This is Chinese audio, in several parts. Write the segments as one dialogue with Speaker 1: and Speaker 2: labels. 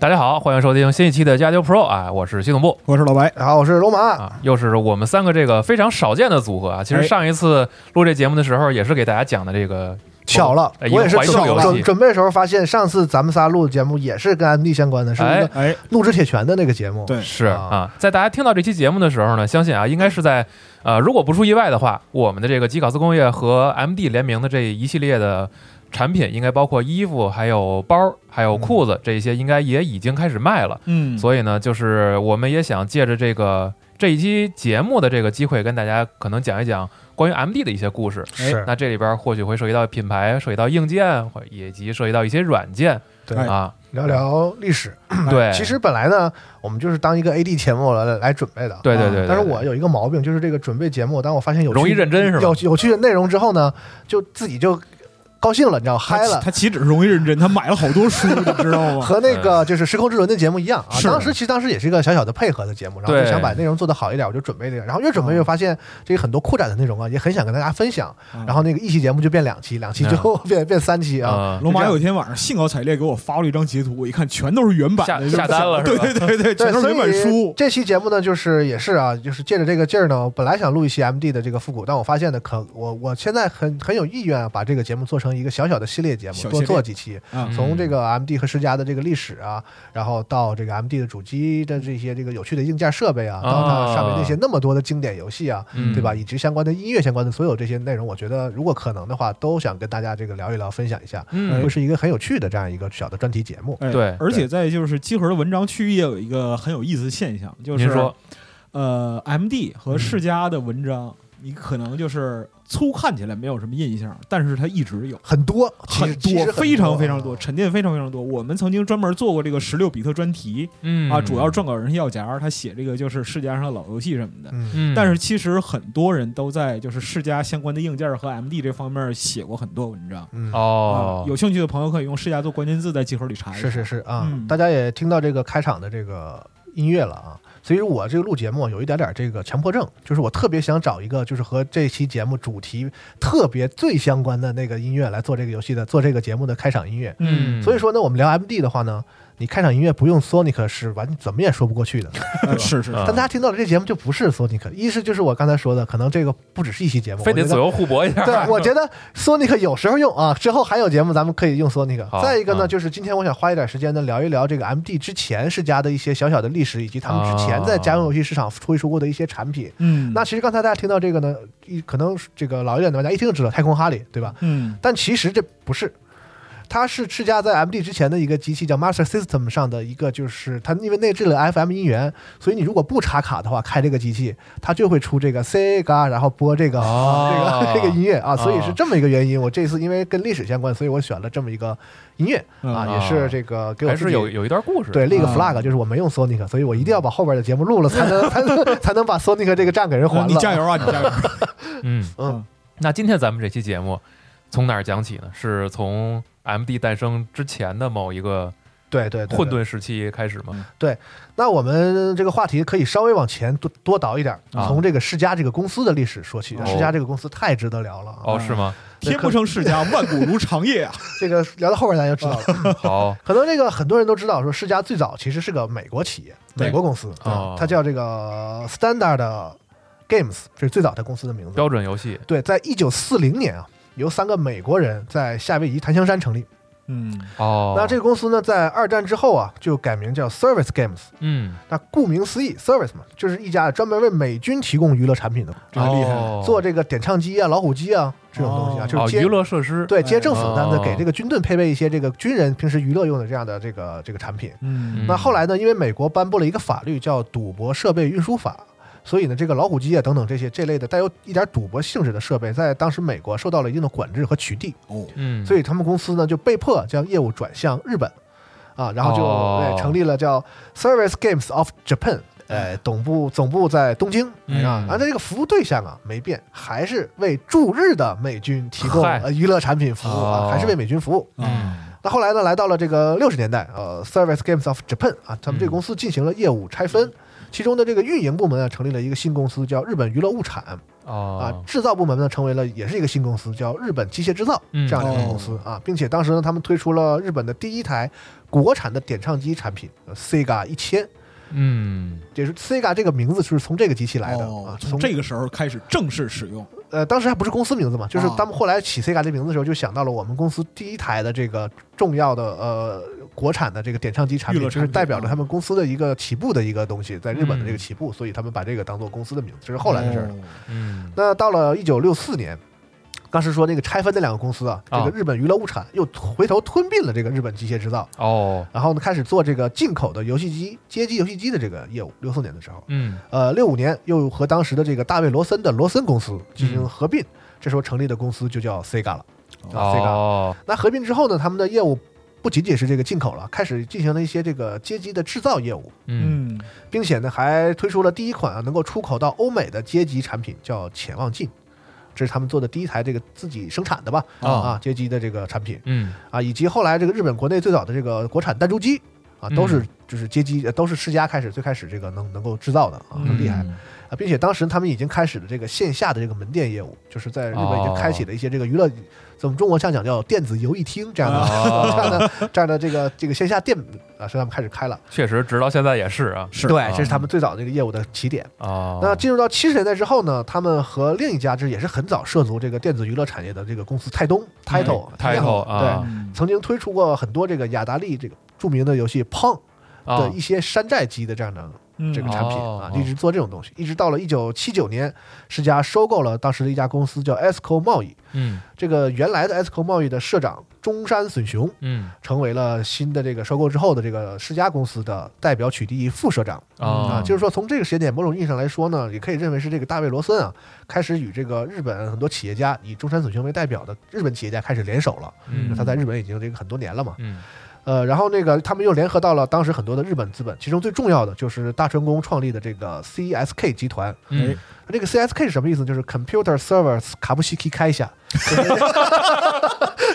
Speaker 1: 大家好，欢迎收听新一期的加丢 Pro 啊，我是系统部
Speaker 2: 我是老白，
Speaker 3: 大家好，我是龙马。
Speaker 1: 啊，又是我们三个这个非常少见的组合啊。其实
Speaker 2: 哎
Speaker 1: 上一次录这节目的时候，也是给大家讲的这个
Speaker 3: 巧了
Speaker 1: 哎，
Speaker 3: 我也是
Speaker 1: 怀旧
Speaker 3: 准
Speaker 1: 游戏
Speaker 3: 准准备的时候发现，上次咱们仨录的节目也是跟 MD 相关的，是那
Speaker 1: 哎
Speaker 3: 个
Speaker 2: 哎，
Speaker 3: 怒之铁拳的那个节目。
Speaker 2: 对
Speaker 1: 是
Speaker 3: 啊
Speaker 1: 啊，在大家听到这期节目的时候呢，相信啊，应该是在呃，如果不出意外的话，我们的这个吉考斯工业和 MD 联名的这一系列的产品，应该包括衣服、还有包、还有裤
Speaker 3: 嗯
Speaker 1: 子这一些，应该也已经开始卖了。
Speaker 2: 嗯，
Speaker 1: 所以呢，就是我们也想借着这个这一期节目的这个机会，跟大家可能讲一讲关于 MD 的一些故事。
Speaker 3: 是
Speaker 1: 那这里边或许会涉及到品牌，涉及到硬件，或以及涉及到一些软件
Speaker 3: 对
Speaker 2: 哎
Speaker 1: 啊。
Speaker 3: 聊聊历史。
Speaker 1: 对，
Speaker 3: 其实本来呢，我们就是当一个 AD 节目来来准备的。
Speaker 1: 对对对对
Speaker 3: 啊但是我有一个毛病，就是这个准备节目，当我发现有趣
Speaker 1: 容易认真是吧
Speaker 3: 有有趣的内容之后呢，就自己就高兴了，你知道，嗨
Speaker 2: 他
Speaker 3: 了。
Speaker 2: 他岂止容易认真，他买了好多书，你知道吗？
Speaker 3: 和那个 就是《时空之轮》的节目一样啊，
Speaker 2: 是
Speaker 3: 当时其实当时也是一个小小的配合的节目，然后
Speaker 1: 对
Speaker 3: 就想把内容做得好一点，我就准备这个，然后越准备越发现这个很多扩展的内容啊，也很想跟大家分享，
Speaker 2: 嗯
Speaker 3: 然后那个一期节目就变两期，两期就变变三期啊，
Speaker 1: 啊，
Speaker 2: 龙马有一天晚上兴高采烈给我发了一张截图，我一看全都是原版的，
Speaker 1: 下下单了是
Speaker 2: 对
Speaker 1: 吧
Speaker 2: 对对对，
Speaker 3: 对
Speaker 2: 全，都是
Speaker 3: 所以
Speaker 2: 原版书。
Speaker 3: 这期节目呢，就是也是啊，就是借着这个劲儿呢，我本来想录一期 M D 的这个复古，但我发现呢，可我我现在很很有意愿啊，把这个节目做成一个小小的系列节目，
Speaker 2: 小系
Speaker 3: 多
Speaker 2: 列
Speaker 3: 做几期。
Speaker 2: 嗯
Speaker 3: 啊从这个 M D 和世嘉的这个历史啊，然后到这个 M D 的主机的这些这个有趣的硬件设备啊，到它上面那些那么多的经典游戏啊，
Speaker 1: 嗯
Speaker 3: 对吧？以及相关的音乐相关的所有这些内容，我觉得如果可能的话，都想跟大家这个聊一聊，分享一下，
Speaker 1: 嗯
Speaker 3: 会是一个很有趣的这样一个小的专题节目。
Speaker 2: 哎
Speaker 1: 对
Speaker 2: 而且在就是集合的文章区也有一个很有意思的现象，就是
Speaker 1: 您
Speaker 3: 啊
Speaker 1: 说，
Speaker 2: 呃，MD 和世家的文章，你可能就是粗看起来没有什么印象，但是它一直有。
Speaker 3: 很多，其实
Speaker 2: 很
Speaker 3: 其实很
Speaker 2: 非常非常
Speaker 3: 多
Speaker 2: 多，
Speaker 3: 啊。
Speaker 2: 沉淀非常非常多。我们曾经专门做过这个十六比特专题
Speaker 1: 嗯
Speaker 2: 啊，主要撰稿人是药夹儿，他写这个就是世家上的老游戏什么的。
Speaker 3: 嗯，
Speaker 1: 嗯，
Speaker 2: 但是其实很多人都在就是世家相关的硬件和 MD 这方面写过很多文章。
Speaker 3: 嗯，
Speaker 1: 哦
Speaker 2: 啊，有兴趣的朋友可以用世家做关键字在集合里查一查。
Speaker 3: 是是是啊，
Speaker 2: 嗯
Speaker 3: 大家也听到这个开场的这个音乐了啊。所以我这个录节目有一点点这个强迫症，就是我特别想找一个就是和这期节目主题特别最相关的那个音乐来做这个游戏的做这个节目的开场音乐。
Speaker 1: 嗯，
Speaker 3: 所以说呢，我们聊 MD 的话呢，你开场音乐不用 Sonic 是完怎么也说不过去的。
Speaker 2: 呃是是，
Speaker 1: 啊
Speaker 3: 但大家听到的这节目就不是 Sonic，一是就是我刚才说的，可能这个不只是一期节目，
Speaker 1: 非得
Speaker 3: 我觉
Speaker 1: 左右互搏一下。
Speaker 3: 对，啊 我觉得 Sonic 有时候用啊，之后还有节目咱们可以用 Sonic
Speaker 1: 好。
Speaker 3: 再一个呢，
Speaker 1: 嗯
Speaker 3: 就是今天我想花一点时间呢，聊一聊这个 MD 之前世家的一些小小的历史，以及他们之前在
Speaker 1: 啊
Speaker 3: 家用游戏市场推出过的一些产品。
Speaker 2: 嗯，
Speaker 3: 那其实刚才大家听到这个呢，一可能这个老一点的玩家一听就知道太空哈利，对吧？
Speaker 2: 嗯
Speaker 3: 但其实这不是。它是世嘉在 MD 之前的一个机器叫 Master System 上的一个，就是它因为内置了 FM 音源，所以你如果不插卡的话，开这个机器，它就会出这个 Sega，然后播这个、
Speaker 1: 哦
Speaker 3: 这个这个音乐啊，
Speaker 1: 哦
Speaker 3: 所以是这么一个原因。我这次因为跟历史相关，所以我选了这么一个音乐啊，
Speaker 1: 嗯
Speaker 3: 也是这个给我
Speaker 1: 还
Speaker 3: 自
Speaker 1: 是
Speaker 3: 己
Speaker 1: 有有一段故事。
Speaker 3: 对立个
Speaker 2: 嗯
Speaker 3: flag，就是我没用 Sonic，所以我一定要把后边的节目录了，才能才能才能把 Sonic 这个账给人还
Speaker 2: 呃
Speaker 3: 了。
Speaker 2: 你加油啊，你 加油！
Speaker 1: 嗯，
Speaker 3: 嗯
Speaker 1: 那今天咱们这期节目从哪儿讲起呢？是从 M D 诞生之前的某一个
Speaker 3: 对对对对
Speaker 1: 混沌时期开始吗？
Speaker 3: 那我们这个话题可以稍微往前多多倒一点儿，
Speaker 1: 啊
Speaker 3: 从这个世嘉这个公司的历史说起。
Speaker 1: 哦
Speaker 3: 世嘉这个公司太值得聊了啊！
Speaker 1: 哦，是吗？
Speaker 2: 天不生世 家，万古如长夜啊！
Speaker 3: 这个聊到后边大家就知道了。
Speaker 1: 好，
Speaker 3: 可能这个很多人都知道，说世嘉最早其实是个美国企业，
Speaker 2: 对
Speaker 3: 美国公司，
Speaker 1: 哦
Speaker 3: 它叫这个 Standard Games，这是最早它公司的名字。
Speaker 1: 标准游戏
Speaker 3: 对，在一九四零年啊，由三个美国人在夏威夷檀香山成立。
Speaker 2: 嗯
Speaker 1: 哦。
Speaker 3: 那这个公司呢，在二战之后啊，就改名叫 Service Games。
Speaker 1: 嗯，
Speaker 3: 那顾名思义，Service 嘛，就是一家专门为美军提供娱乐产品的
Speaker 2: 这个厉害
Speaker 1: 哦
Speaker 3: 做这个点唱机啊、老虎机啊这种东西啊，
Speaker 2: 哦
Speaker 3: 就是
Speaker 1: 哦
Speaker 3: 接、
Speaker 1: 娱乐设施
Speaker 3: 对接政府的单子，
Speaker 1: 哦
Speaker 3: 给这个军队配备一些这个军人平时娱乐用的这样的这个这个产品。
Speaker 2: 嗯
Speaker 3: 那后来呢，因为美国颁布了一个法律叫《赌博设备运输法》。所以呢，这个老虎机啊等等这些这类的带有一点赌博性质的设备，在当时美国受到了一定的管制和取缔，
Speaker 2: 哦，
Speaker 1: 嗯，
Speaker 3: 所以他们公司呢就被迫将业务转向日本，啊，然后就、
Speaker 1: 哦
Speaker 3: 对成立了叫 Service Games of Japan，呃，总部总部在东京、
Speaker 1: 嗯
Speaker 3: 啊，而它这个服务对象啊没变，还是为驻日的美军提供
Speaker 1: 嗨
Speaker 3: 呃娱乐产品服务
Speaker 1: 哦
Speaker 3: 啊，还是为美军服务。
Speaker 1: 嗯
Speaker 3: 那后来呢，来到了这个六十年代，呃，Service Games of Japan 啊，他
Speaker 1: 嗯
Speaker 3: 们这个公司进行了业务拆分。其中的这个运营部门啊，成立了一个新公司，叫日本娱乐物产啊；
Speaker 1: 哦
Speaker 3: 制造部门呢，成为了也是一个新公司，叫日本机械制造
Speaker 1: 嗯
Speaker 3: 这样两个公司啊，并且当时呢，他们推出了日本的第一台国产的点唱机产品呃 Sega 一千，
Speaker 1: 嗯
Speaker 3: 也是 Sega 这个名字是从这个机器来的、
Speaker 2: 哦
Speaker 3: 啊，
Speaker 2: 从这个时候开始正式使用。
Speaker 3: 呃，当时还不是公司名字嘛，就是
Speaker 2: 啊
Speaker 3: 他们后来起 Sega 这名字的时候，就想到了我们公司第一台的这个重要的呃国产的这个点唱机产
Speaker 2: 娱
Speaker 3: 品，
Speaker 2: 乐
Speaker 3: 就
Speaker 2: 产
Speaker 3: 是
Speaker 2: 品啊
Speaker 3: 代表着他们公司的一个起步的一个东西，在日本的
Speaker 1: 嗯
Speaker 3: 这个起步，所以他们把这个当做公司的名字，这是后来的事儿。
Speaker 2: 哦
Speaker 1: 嗯
Speaker 3: 那到了一九六四年。当时说那个拆分那两个公司啊，这
Speaker 1: 啊
Speaker 3: 个日本娱乐物产又回头吞并了这个日本机械制造，
Speaker 1: 哦
Speaker 3: 然后呢开始做这个进口的游戏机、街机游戏机的这个业务。六四年的时候，
Speaker 1: 嗯
Speaker 3: 呃，六五年又和当时的这个大卫罗森的罗森公司进
Speaker 1: 嗯
Speaker 3: 行合并，这时候成立的公司就叫 Sega 了。啊，Sega
Speaker 1: 哦
Speaker 3: 那合并之后呢，他们的业务不仅仅是这个进口了，开始进行了一些这个街机的制造业务，
Speaker 1: 嗯
Speaker 2: 嗯
Speaker 3: 并且呢还推出了第一款啊能够出口到欧美的街机产品，叫潜望镜。这是他们做的第一台这个自己生产的吧
Speaker 1: 哦
Speaker 3: 啊街机的这个产品
Speaker 1: 嗯
Speaker 3: 啊，以及后来这个日本国内最早的这个国产弹珠机啊，都是
Speaker 1: 嗯
Speaker 3: 就是街机呃都是世嘉开始最开始这个能能够制造的啊，
Speaker 2: 嗯
Speaker 3: 很厉害。啊，并且当时他们已经开始了这个线下的这个门店业务，就是在日本已经开启了一些这个娱乐，怎么中国像讲叫电子游艺厅这样的、 这样
Speaker 1: 哦，
Speaker 3: 的这样的这个这个线下店啊，是他们开始开了。
Speaker 1: 确实，直到现在也是啊
Speaker 2: 是
Speaker 3: 对，这是他们最早这个业务的起点。
Speaker 1: 哦，
Speaker 3: 那进入到七十年代之后呢，他们和另一家这也是很早涉足这个电子娱乐产业的这个公司泰东嗯 Title
Speaker 1: 抬头啊
Speaker 2: 嗯
Speaker 3: 曾经推出过很多这个雅达利这个著名的游戏 Pong
Speaker 1: 啊
Speaker 3: 的一些山寨机的这样的
Speaker 2: 嗯
Speaker 3: 这个产品啊
Speaker 1: 哦，
Speaker 3: 一直做这种东西，一直到了一九七九年，世嘉收购了当时的一家公司叫 ESCO 贸易。
Speaker 1: 嗯
Speaker 3: 这个原来的 ESCO 贸易的社长中山隼雄
Speaker 1: 嗯
Speaker 3: 成为了新的这个收购之后的这个世嘉公司的代表取缔副社长
Speaker 1: 啊
Speaker 3: 啊，就是说从这个时间点，某种意义上来说呢，也可以认为是这个大卫罗森啊，开始与这个日本很多企业家以中山隼雄为代表的日本企业家开始联手了。
Speaker 1: 嗯
Speaker 3: 他在日本已经这个很多年了嘛，
Speaker 1: 嗯
Speaker 3: 呃，然后那个他们又联合到了当时很多的日本资本，其中最重要的就是大成功创立的这个 CSK 集团。
Speaker 1: 嗯
Speaker 3: 这个 CSK 是什么意思呢？就是 Computer Servers 卡布西基开下，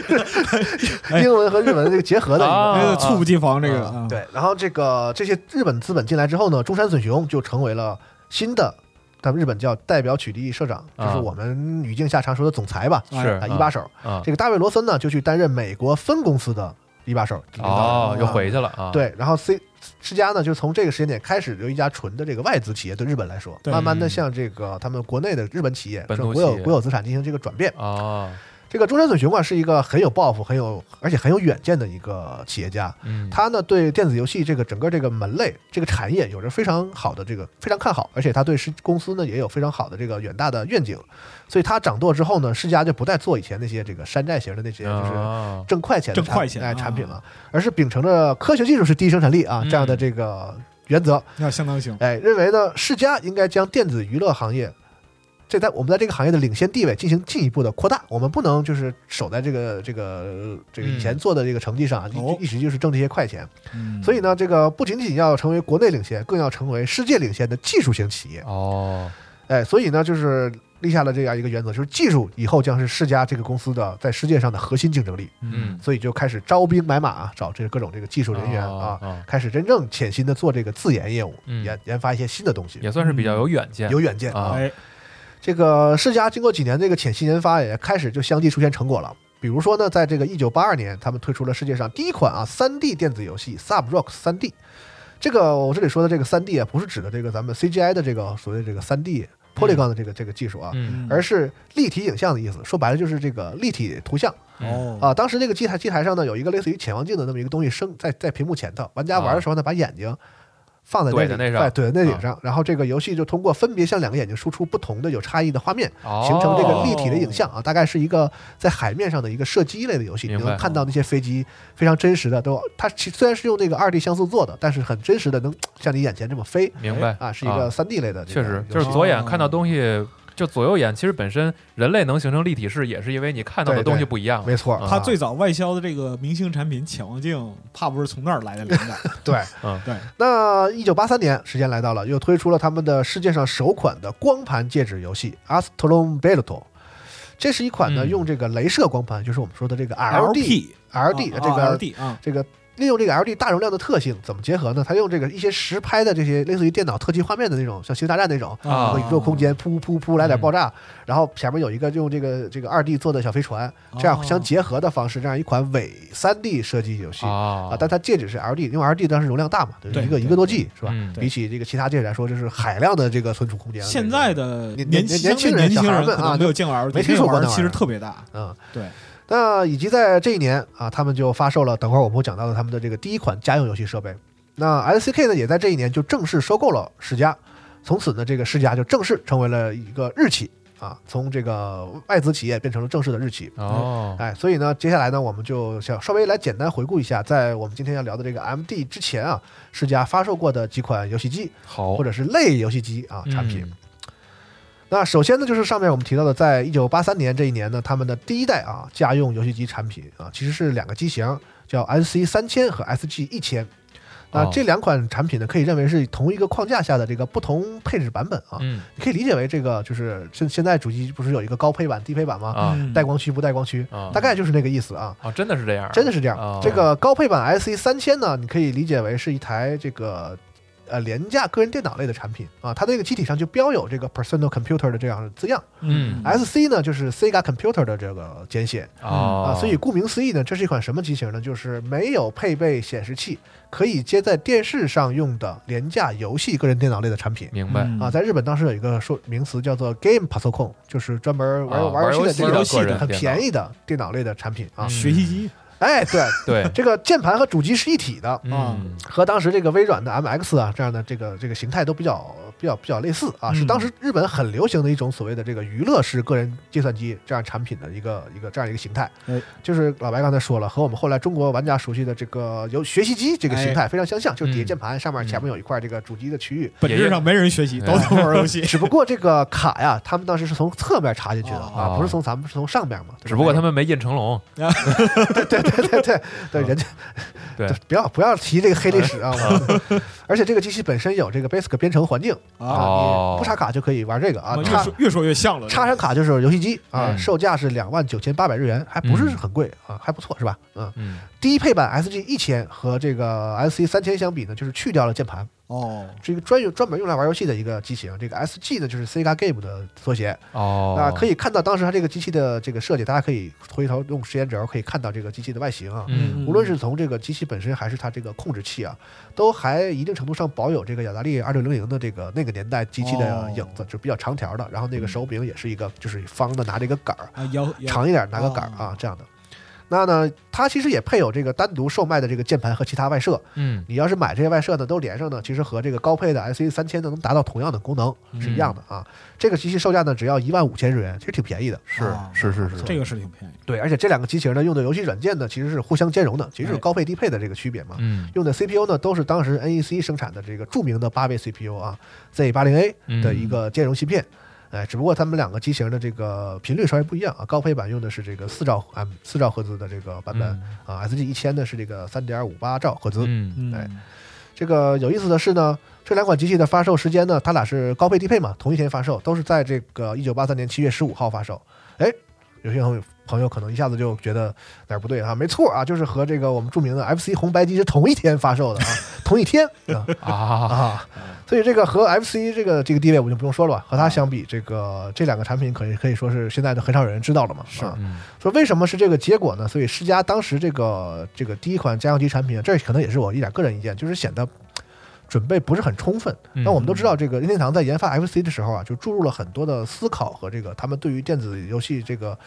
Speaker 3: 就是 英文和日文这个结合的一
Speaker 1: 啊
Speaker 3: 个。
Speaker 2: 哎，猝不及防这个
Speaker 3: 啊
Speaker 2: 啊，
Speaker 3: 对，然后这个这些日本资本进来之后呢，中山隼雄就成为了新的，咱们日本叫代表取缔社长，就是
Speaker 1: 啊
Speaker 3: 我们语境下常说的总裁吧，
Speaker 1: 是
Speaker 3: 啊，一把手。
Speaker 1: 啊
Speaker 3: 这个大卫罗森呢，就去担任美国分公司的一把手给领导
Speaker 1: 哦
Speaker 3: 人，
Speaker 1: 又回去了啊。，
Speaker 3: 对，然后 C 世嘉呢，就从这个时间点开始，由一家纯的这个外资企业对日本来说，
Speaker 2: 对
Speaker 3: 慢慢的向这个他们国内的日本企业
Speaker 1: 嗯本土
Speaker 3: 国有
Speaker 1: 企业
Speaker 3: 国有资产进行这个转变。
Speaker 1: 哦，
Speaker 3: 这个中山隼雄啊，是一个很有抱负、很有而且很有远见的一个企业家。
Speaker 1: 嗯，
Speaker 3: 他呢对电子游戏这个整个这个门类这个产业有着非常好的这个非常看好，而且他对是公司呢也有非常好的这个远大的愿景。所以他掌舵之后呢，世嘉就不再做以前那些这个山寨型的那些就是
Speaker 1: 哦
Speaker 3: 挣快钱的
Speaker 2: 挣
Speaker 3: 产
Speaker 2: 快钱
Speaker 3: 哎
Speaker 2: 啊
Speaker 3: 产品了，而是秉承着科学技术是第一生产力啊
Speaker 1: 嗯
Speaker 3: 这样的这个原则，
Speaker 2: 那相当行。
Speaker 3: 哎，认为呢世嘉应该将电子娱乐行业。这在我们在这个行业的领先地位进行进一步的扩大，我们不能就是守在这个这个这个以前
Speaker 1: 嗯
Speaker 3: 做的这个成绩上，啊
Speaker 2: 哦
Speaker 3: 一一直就是挣这些快钱。
Speaker 2: 嗯
Speaker 3: 所以，呢，这个不仅仅要成为国内领先，更要成为世界领先的技术型企业。
Speaker 1: 哦，
Speaker 3: 哎，所以呢，就是立下了这样一个原则，就是技术以后将是世嘉这个公司的在世界上的核心竞争力。
Speaker 1: 嗯，
Speaker 3: 所以就开始招兵买马、找这各种这个技术人员啊
Speaker 1: 哦，，哦
Speaker 3: 开始真正潜心的做这个自研业务，
Speaker 1: 嗯
Speaker 3: 研研发一些新的东西，
Speaker 1: 也算是比较有远见，
Speaker 3: 嗯有远见
Speaker 1: 啊
Speaker 2: 哎，
Speaker 3: 这个世嘉经过几年这个潜心研发，也开始就相继出现成果了。比如说呢，在这个一九八二年，他们推出了世界上第一款啊三 D 电子游戏《Sub Rock 三 D》。这个我这里说的这个三 D 啊，不是指的这个咱们 CGI 的这个所谓这个三 D polygon 的这个、这个技术啊，
Speaker 1: 嗯，
Speaker 3: 而是立体影像的意思。说白了就是这个立体图像。
Speaker 1: 嗯
Speaker 2: 哦，
Speaker 3: 啊，当时这个机台机台上呢有一个类似于潜望镜的那么一个东西升在在屏幕前头，玩家玩的时候呢，把眼睛放在那
Speaker 1: 怼啊
Speaker 3: 里
Speaker 1: 在那上啊
Speaker 3: 哎怼在那顶上，然后这个游戏就通过分别向两个眼睛输出不同的有差异的画面，
Speaker 1: 哦
Speaker 3: 嗯形成这个立体的影像啊，大概是一个在海面上的一个射击类的游戏，你
Speaker 1: 明白
Speaker 3: 能看到那些飞机非常真实的都，它其虽然是用那个二 D 像素做的，但是很真实的能像你眼前这么飞
Speaker 1: 明白
Speaker 3: 啊，是一个三 D 类的这
Speaker 1: 确
Speaker 3: 个游
Speaker 1: 实
Speaker 3: 戏，，
Speaker 1: 就是左眼看到东西，就左右眼，其实本身人类能形成立体视，也是因为你看到的
Speaker 3: 对
Speaker 1: 东西
Speaker 3: 对
Speaker 1: 不一样。
Speaker 3: 没错，
Speaker 1: 啊
Speaker 2: 他最早外销的这个明星产品潜望镜，怕不是从那儿来的灵感？
Speaker 3: 对。
Speaker 2: 对，
Speaker 3: 那一九八三年，时间来到了，又推出了他们的世界上首款的光盘戒指游戏《Astron b e l t o 这是一款呢、
Speaker 1: 嗯
Speaker 3: 用这个镭射光盘，就是我们说的这个 LD
Speaker 2: LP
Speaker 3: LD、
Speaker 2: 啊
Speaker 3: 这个、
Speaker 2: 啊 LD 啊，
Speaker 3: 这个利用这个 LD 大容量的特性怎么结合呢？它用这个一些实拍的这些类似于电脑特技画面的那种，像《星球大战》那种。
Speaker 1: 啊
Speaker 3: 和宇宙空间噗噗噗来点爆炸，然后前面有一个用这个这个二 D 做的小飞船，这样相结合的方式，这样一款伪三 D 射击游戏
Speaker 1: 啊
Speaker 3: 啊，但它戒指是 LD，因为 LD 当时容量大嘛，对
Speaker 2: 对
Speaker 3: 一个
Speaker 2: 对
Speaker 3: 一个多 G 是吧？
Speaker 1: 嗯
Speaker 3: 比起这个其他戒指来说，这是海量的这个存储空间了。
Speaker 2: 现在的
Speaker 3: 年
Speaker 2: 年
Speaker 3: 年
Speaker 2: 相对年
Speaker 3: 年
Speaker 2: 轻
Speaker 3: 轻人小孩
Speaker 2: 人
Speaker 3: 们
Speaker 2: 可能
Speaker 3: 啊
Speaker 2: 没有见过 LD，
Speaker 3: 没听说过
Speaker 2: 那玩意
Speaker 3: 那玩意
Speaker 2: 儿
Speaker 3: 儿
Speaker 2: 其实特别大。
Speaker 3: 嗯，
Speaker 2: 对，
Speaker 3: 那以及在这一年啊，他们就发售了，等会儿我们会讲到的他们的这个第一款家用游戏设备。那 SCK 呢，也在这一年就正式收购了世嘉，从此呢，这个世嘉就正式成为了一个日企啊，从这个外资企业变成了正式的日企。
Speaker 1: 哦，
Speaker 3: 哎，所以呢，接下来呢，我们就想稍微来简单回顾一下，在我们今天要聊的这个 MD 之前啊，世嘉发售过的几款游戏机
Speaker 1: 好
Speaker 3: 或者是类游戏机啊产品。
Speaker 1: 嗯
Speaker 3: 那首先呢，就是上面我们提到的，在一九八三年这一年呢，他们的第一代啊家用游戏机产品啊，其实是两个机型，叫 SC 三千和 SG 一千。那
Speaker 1: 哦
Speaker 3: 这两款产品呢，可以认为是同一个框架下的这个不同配置版本啊，
Speaker 1: 嗯
Speaker 3: 你可以理解为这个就是现现在主机不是有一个高配版、低配版吗？
Speaker 1: 啊
Speaker 2: 嗯
Speaker 3: 带光驱不带光驱，
Speaker 1: 啊
Speaker 3: 大概就是那个意思啊。
Speaker 1: 啊，真的是这样，
Speaker 3: 真的是这样。
Speaker 1: 哦
Speaker 3: 这个高配版 SE 三千呢，你可以理解为是一台这个呃廉价个人电脑类的产品啊，它的这个机体上就标有这个 personal computer 的这样的字样。
Speaker 1: 嗯
Speaker 3: SC 呢就是 Sega Computer 的这个简写
Speaker 1: 哦
Speaker 3: 啊，所以顾名思义呢，这是一款什么机型呢？就是没有配备显示器，可以接在电视上用的廉价游戏个人电脑类的产品。
Speaker 1: 明
Speaker 2: 嗯
Speaker 1: 白。
Speaker 3: 啊，在日本当时有一个说名词叫做 Game Pasocon，就是专门玩、
Speaker 1: 啊
Speaker 3: 玩游戏的
Speaker 1: 玩游
Speaker 3: 这
Speaker 1: 戏的个
Speaker 3: 种
Speaker 1: 人
Speaker 3: 很
Speaker 1: 电脑
Speaker 3: 便宜的电脑类的产品啊。
Speaker 1: 嗯
Speaker 2: 学习机
Speaker 3: 哎，对，
Speaker 1: 对，
Speaker 3: 这啊个键盘和主机是一体的，
Speaker 1: 嗯
Speaker 3: 和当时这个微软的 MX 啊这样的这个这个形态都比较比较比较类似啊，
Speaker 2: 嗯
Speaker 3: 是当时日本很流行的一种所谓的这个娱乐式个人计算机这样产品的一个一个这样一个形态
Speaker 2: 哎。
Speaker 3: 就是老白刚才说了，和我们后来中国玩家熟悉的这个游学习机这个
Speaker 1: 哎
Speaker 3: 形态非常相像，就是底下键盘上面
Speaker 1: 嗯
Speaker 3: 前面有一块这个主机的区域，
Speaker 2: 本质上没人学习，
Speaker 3: 嗯
Speaker 1: 也
Speaker 2: 都在玩游
Speaker 1: 哎
Speaker 2: 戏。
Speaker 3: 只不过这个卡呀，他们当时是从侧面插进去的
Speaker 1: 哦
Speaker 3: 啊，不是从咱们是从上面嘛。对吧
Speaker 1: 只不过他们没印成龙，
Speaker 3: 对对对对，人家
Speaker 1: 嗯对 嗯
Speaker 3: 不要不要提这个黑历史啊！我 而且这个机器本身有这个 Basic 编程环境
Speaker 2: 啊，
Speaker 3: 啊，
Speaker 1: 哦
Speaker 3: 你不插卡就可以玩这个啊，
Speaker 2: 越
Speaker 3: 插
Speaker 2: 说越说越像了。
Speaker 3: 插上卡就是游戏机啊，
Speaker 1: 嗯
Speaker 3: 售价是两万九千八百日元，还不是很贵啊，还不错是吧？嗯，
Speaker 1: 嗯
Speaker 3: 低配版 SG 一千和这个 SC 三千相比呢，就是去掉了键盘，
Speaker 2: 哦，
Speaker 3: 是一个专有专门用来玩游戏的一个机型。这个 SG 呢，就是 Sega Game 的缩写。
Speaker 1: 哦，
Speaker 3: 那可
Speaker 1: 以，
Speaker 3: 以看到当时它这个机器的这个设计，大家可以回头用时间轴可以看到这个机器的外形啊。
Speaker 1: 嗯
Speaker 3: 无论是从这个机器本身，还是它这个控制器啊，都还一定程度上保有这个雅达利二六零零的这个那个年代机器的
Speaker 2: 哦
Speaker 3: 影子，就比较长条的。然后那个手柄也是一个就是方的，拿着一个杆儿，
Speaker 2: 啊，摇摇
Speaker 3: 长一点拿个杆儿啊
Speaker 2: 哦
Speaker 3: 这样的。那呢，它其实也配有这个单独售卖的这个键盘和其他外设。
Speaker 1: 嗯，
Speaker 3: 你要是买这些外设呢，都连上呢，其实和这个高配的 S E 三千呢能达到同样的功能是一样的啊。这个机器售价呢只要一万五千日元，其实挺便宜的。
Speaker 1: 是
Speaker 2: 啊
Speaker 1: 是是是，
Speaker 2: 这个是挺便宜，
Speaker 3: 对，而且这两个机型呢用的游戏软件呢其实是互相兼容的，其实是
Speaker 2: 哎
Speaker 3: 高配低配的这个区别嘛。
Speaker 1: 嗯
Speaker 3: 用的 CPU 呢都是当时 NEC 生产的这个著名的八位 CPU 啊 Z 八零 A
Speaker 1: 嗯
Speaker 3: 的一个兼容芯片。哎，只不过他们两个机型的这个频率稍微不一样啊，高配版用的是这个四兆 M 四兆赫兹的这个版本、啊，SG 一千呢是这个三点五八兆赫兹。
Speaker 1: 嗯
Speaker 2: 嗯，
Speaker 3: 哎这个有意思的是呢，这两款机器的发售时间呢，它俩是高配低配嘛，同一天发售，都是在这个一九八三年七月十五号发售。哎，有些朋友朋友可能一下子就觉得哪儿不对啊，没错啊，就是和这个我们著名的 FC 红白机是同一天发售的啊，同一天啊
Speaker 1: 啊，
Speaker 3: 啊，所以这个和 FC 这个这个地位我就不用说了吧，和它相比，这个这两个产品可以可以说是现在都很少有人知道了嘛，
Speaker 2: 是
Speaker 3: 啊
Speaker 1: 嗯
Speaker 3: 说为什么是这个结果呢？所以世嘉当时这个这个第一款家用机产品，这可能也是我一点个人意见，就是显得准备不是很充分。
Speaker 1: 嗯
Speaker 3: 那我们都知道，这个任天堂在研发 FC 的时候啊，就注入了很多的思考和这个他们对于电子游戏这个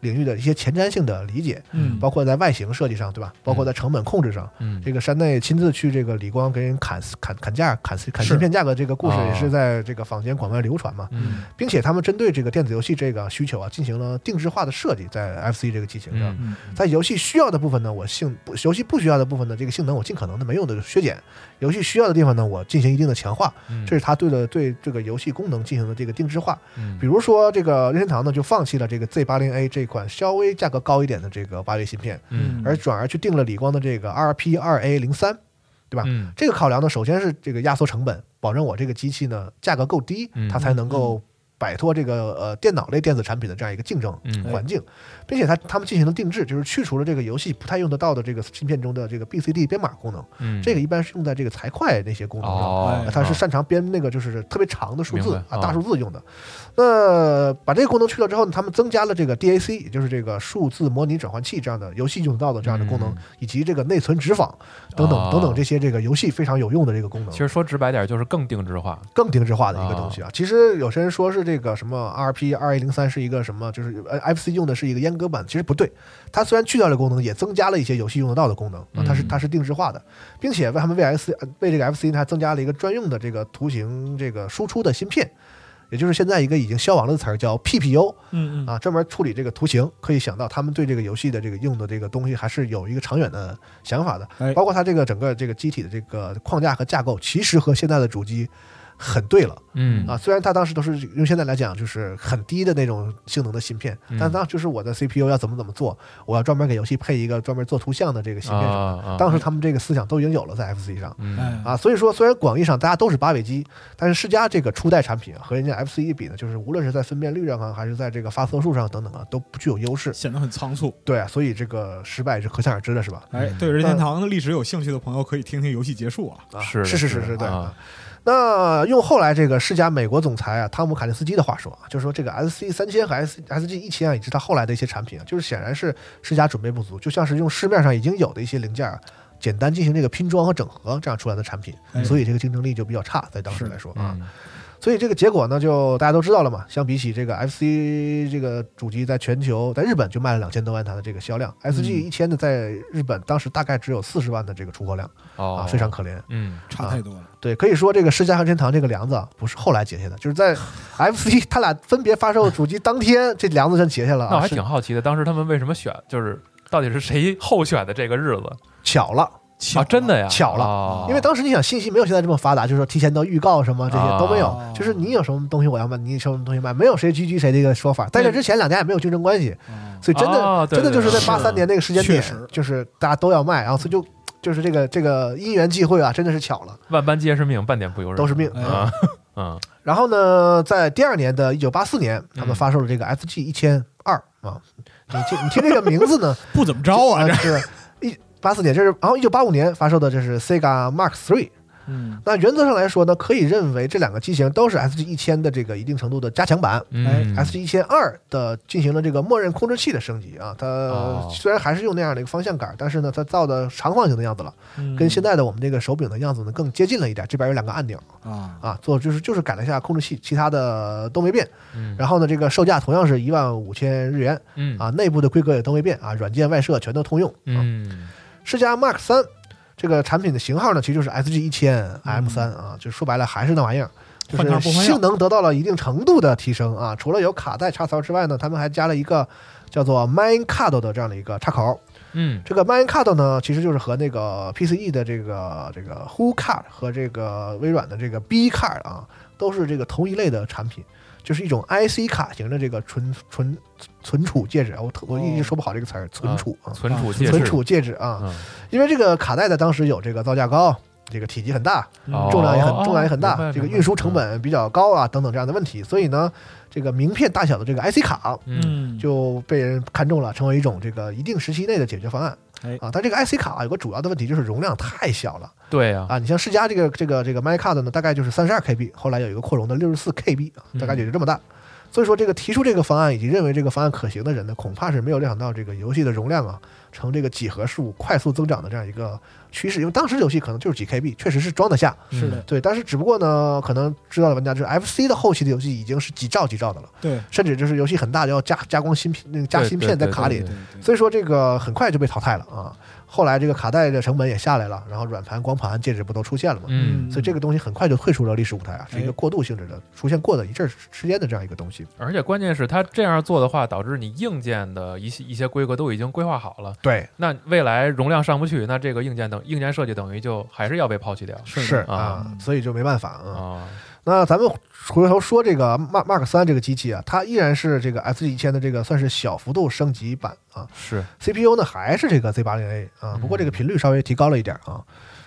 Speaker 3: 领域的一些前瞻性的理解，
Speaker 2: 嗯，
Speaker 3: 包括在外形设计上，对吧？包括在成本控制上。
Speaker 1: 嗯
Speaker 3: 这个山内亲自去这个理光给人砍砍砍价、砍砍
Speaker 2: 是
Speaker 3: 芯片价格这个故事，
Speaker 1: 哦
Speaker 3: 也是在这个坊间广为流传嘛。
Speaker 1: 嗯
Speaker 3: 并且他们针对这个电子游戏这个需求啊，进行了定制化的设计，在 FC 这个机型上，
Speaker 1: 嗯
Speaker 2: 嗯
Speaker 3: 在游戏需要的部分呢，我性不游戏不需要的部分呢，这个性能我尽可能的没用的削减；游戏需要的地方呢，我进行一定的强化。
Speaker 1: 嗯，
Speaker 3: 这是他对了对这个游戏功能进行的这个定制化。
Speaker 1: 嗯
Speaker 3: 比如说，这个任天堂呢就放弃了这个 Z 八零 A 这款稍微价格高一点的这个八位芯片，
Speaker 1: 嗯
Speaker 3: 而转而去定了理光的这个 RP 二 A 零三。吧
Speaker 1: 嗯
Speaker 3: 这个考量呢，首先是这个压缩成本，保证我这个机器呢价格够低
Speaker 1: 嗯，
Speaker 3: 它才能够摆脱这个呃电脑类电子产品的这样一个竞争
Speaker 1: 嗯
Speaker 3: 环境，并且它他们进行了定制，就是去除了这个游戏不太用得到的这个芯片中的这个 BCD 编码功能，
Speaker 1: 嗯
Speaker 3: 这个一般是用在这个财会那些功能上。
Speaker 1: 哦
Speaker 2: 哎，
Speaker 3: 啊它是擅长编那个就是特别长的数字
Speaker 1: 明白
Speaker 3: 啊，
Speaker 1: 哦
Speaker 3: 大数字用的。那把这个功能去掉之后呢，他们增加了这个 DAC，也就是这个数字模拟转换器这样的游戏用到的这样的功能
Speaker 1: 嗯，
Speaker 3: 以及这个内存直访等等
Speaker 1: 哦
Speaker 3: 等等这些这个游戏非常有用的这个功能
Speaker 1: 其。实说直白点就是更定制化，
Speaker 3: 更定制化的一个东西啊，其实有些人说是这个什么 RP 二一零三是一个什么，就是呃 FC 用的是一个阉割版，其实不对。它虽然去掉了功能，也增加了一些游戏用得到的功能啊，它是
Speaker 1: 嗯
Speaker 3: 它是定制化的，并且为他们为 FC 呃为这个 FC 呢还增加了一个专用的这个图形这个输出的芯片，也就是现在一个已经消亡了的词儿叫 PPU
Speaker 2: 嗯嗯
Speaker 3: 啊，专门处理这个图形。可以想到他们对这个游戏的这个用的这个东西还是有一个长远的想法的
Speaker 2: 哎，
Speaker 3: 包括它这个整个这个机体的这个框架和架构，其实和现在的主机很对了。
Speaker 1: 嗯
Speaker 3: 啊，虽然它当时都是用现在来讲就是很低的那种性能的芯片，
Speaker 2: 嗯
Speaker 3: 但当就是我的 CPU 要怎么怎么做，我要专门给游戏配一个专门做图像的这个芯片
Speaker 2: 哦
Speaker 3: 什么
Speaker 1: 啊
Speaker 3: 的。
Speaker 2: 嗯
Speaker 3: 当时他们这个思想都已经有了在 FC 上
Speaker 1: 嗯
Speaker 2: 哎
Speaker 3: 啊，所以说虽然广义上大家都是八位机，但是世嘉这个初代产品啊和人家 FC 一比呢，就是无论是在分辨率上啊，还是在这个发色数上等等啊，都不具有优势。
Speaker 2: 显得很仓促。
Speaker 3: 对啊，所以这个失败是可想而知的，是吧？
Speaker 2: 哎，
Speaker 1: 嗯
Speaker 2: 对任
Speaker 3: 嗯
Speaker 2: 天堂的历史有兴趣的朋友可以听听游戏结束啊。
Speaker 3: 啊，
Speaker 1: 是的
Speaker 3: 是是
Speaker 1: 是
Speaker 3: 是
Speaker 1: 的
Speaker 3: 对。
Speaker 1: 啊
Speaker 3: 那用后来这个世嘉美国总裁啊汤姆卡林斯基的话说啊，就是说这个 SC 三千和 S SG 一千啊，以及它后来的一些产品啊，就是显然是世嘉准备不足，就像是用市面上已经有的一些零件啊，简单进行这个拼装和整合，这样出来的产品，
Speaker 2: 哎
Speaker 3: 所以这个竞争力就比较差，在当时
Speaker 2: 是
Speaker 3: 来说啊，
Speaker 1: 嗯
Speaker 3: 所以这个结果呢，就大家都知道了嘛。相比起这个 FC 这个主机在全球在日本就卖了两千多万台的这个销量
Speaker 1: 嗯
Speaker 3: ，SG 一千呢在日本当时大概只有四十万的这个出货量
Speaker 1: 哦
Speaker 3: 啊，非常可啊怜。
Speaker 1: 嗯
Speaker 2: 差太多了。
Speaker 3: 对，可以说这个世嘉和任天堂这个梁子啊，不是后来结下的，就是 在 FC 他俩分别发售主机当天，这梁子真结下了、啊。
Speaker 1: 那我还
Speaker 3: 是
Speaker 1: 挺好奇的，当时他们为什么选，就是到底是谁候选的这个日子
Speaker 3: 巧了，
Speaker 1: 啊？真的呀，哦
Speaker 3: 巧了
Speaker 1: 了
Speaker 3: 因为当时你想信息没有现在这么发达，就是说提前都预告什么这些都没有，
Speaker 2: 哦
Speaker 3: 就是你有什么东西我要卖，你有什么东西卖，没有谁狙击谁的一个说法。在这之前两家也没有竞争关系，
Speaker 2: 啊
Speaker 3: 所以真的、
Speaker 1: 哦对
Speaker 3: 真的就是在
Speaker 2: 是
Speaker 3: 八三年那个时间
Speaker 2: 确
Speaker 3: 点
Speaker 2: 实，
Speaker 3: 就是大家都要卖，然后所以就就是这个这个因缘际会啊，真的是巧了，
Speaker 1: 万般皆是命，半点不由人，
Speaker 3: 都是命。
Speaker 2: 哎
Speaker 1: 啊，嗯
Speaker 3: 然后呢，在第二年的一九八四年，他
Speaker 1: 嗯
Speaker 3: 们发售了这个 SG 一千二啊。你听，你听这个名字 呢，
Speaker 2: 不
Speaker 3: 呃
Speaker 2: 怎么着啊，这
Speaker 3: 是一八四年，这是然后一九八五年发售的，这是 Sega Mark Three
Speaker 2: 嗯，
Speaker 3: 那原则上来说呢，可以认为这两个机型都是 SG 一千的这个一定程度的加强版。
Speaker 1: 嗯
Speaker 3: SG 一千二的进行了这个默认控制器的升级啊，它
Speaker 1: 哦
Speaker 3: 虽然还是用那样的一个方向杆，但是呢，它造的长方形的样子了，
Speaker 1: 嗯
Speaker 2: 嗯啊
Speaker 3: 跟现在的我们这个手柄的样子呢更接近了一点。这边有两个按钮
Speaker 2: 在啊，
Speaker 3: 啊，做就是就是改了一下控制器，其他的都没变。
Speaker 1: 嗯
Speaker 3: 然后呢，这个售价同样是一万五千日元
Speaker 1: 嗯
Speaker 3: 啊，内部的规格也都没变啊，软件外设全都通用啊。
Speaker 1: 嗯
Speaker 3: 世嘉 Mark 三这个产品的型号呢，其实就是 SG 一千 M
Speaker 2: 嗯
Speaker 3: 三啊，就说白了还是那玩意儿，就
Speaker 2: 换汤
Speaker 3: 是
Speaker 2: 不换药
Speaker 3: 性能得到了一定程度的提升啊。除了有卡带插槽之外呢，他们还加了一个叫做 Main Card 的这样的一个插口。
Speaker 1: 嗯
Speaker 3: 这个 Main Card 呢，其实就是和那个 PCE 的这个这个 Who Card 和这个微软的这个 B Card 啊，都是这个同一类的产品。就是一种 IC 卡型的这个存存存储介质，我特我
Speaker 2: 哦
Speaker 3: 一直说不好这个词儿，存储啊，
Speaker 1: 存储介质
Speaker 3: 存储介质啊，
Speaker 1: 嗯
Speaker 3: 因为这个卡带在当时有这个造价高，这个体积很大，
Speaker 2: 嗯
Speaker 1: 哦
Speaker 3: 重量也很、
Speaker 1: 哦
Speaker 3: 重量也很
Speaker 1: 明白
Speaker 3: 大，这个
Speaker 1: 明白
Speaker 3: 运输成本比较高啊，等等这样的问题，所以呢，这个名片大小的这个 IC 卡
Speaker 1: 嗯
Speaker 3: 就被人看中了，成为一种这个一定时期内的解决方案。
Speaker 2: 哎
Speaker 3: 啊，但这个 IC 卡有个主要的问题就是容量太小了
Speaker 1: 对呀
Speaker 3: 啊！你像世嘉这个这个这个 MyCard 呢，大概就是三十二 KB，后来有一个扩容的六十四 KB，
Speaker 1: 嗯
Speaker 3: 大概也就这么大。所以说，这个提出这个方案以及认为这个方案可行的人呢，恐怕是没有料想到这个游戏的容量啊，呈这个几何数快速增长的这样一个趋势。因为当时游戏可能就是几 KB，确实是装得下，
Speaker 1: 嗯
Speaker 2: 是的，
Speaker 3: 对。但是只不过呢，可能知道的玩家就是 FC 的后期的游戏已经是几兆几兆的了，
Speaker 2: 对
Speaker 3: 甚至就是游戏很大要加加光芯片，那个加芯片在卡里
Speaker 1: 对
Speaker 2: 对，
Speaker 3: 所以说这个很快就被淘汰了啊。后来这个卡带的成本也下来了，然后软盘、光盘、介质不都出现了嘛？
Speaker 1: 嗯，
Speaker 3: 所以这个东西很快就退出了历史舞台啊，是一个
Speaker 2: 哎
Speaker 3: 过渡性质的，出现过的一阵儿时间的这样一个东西。
Speaker 1: 而且关键是它这样做的话，导致你硬件的一些一些规格都已经规划好了，
Speaker 3: 对，
Speaker 1: 那未来容量上不去，那这个硬件等硬件设计等于就还是要被抛弃掉
Speaker 2: 是的
Speaker 3: 是
Speaker 1: 啊
Speaker 3: 啊，所以就没办法啊。
Speaker 1: 啊，
Speaker 3: 那咱们回头说这个 Mark Mark 三这个机器啊，它依然是这个 S 一千的这个算是小幅度升级版啊
Speaker 1: 是
Speaker 3: ，CPU 呢还是这个 Z 八零 A 啊，不过这
Speaker 1: 嗯
Speaker 3: 个频率稍微提高了一点啊。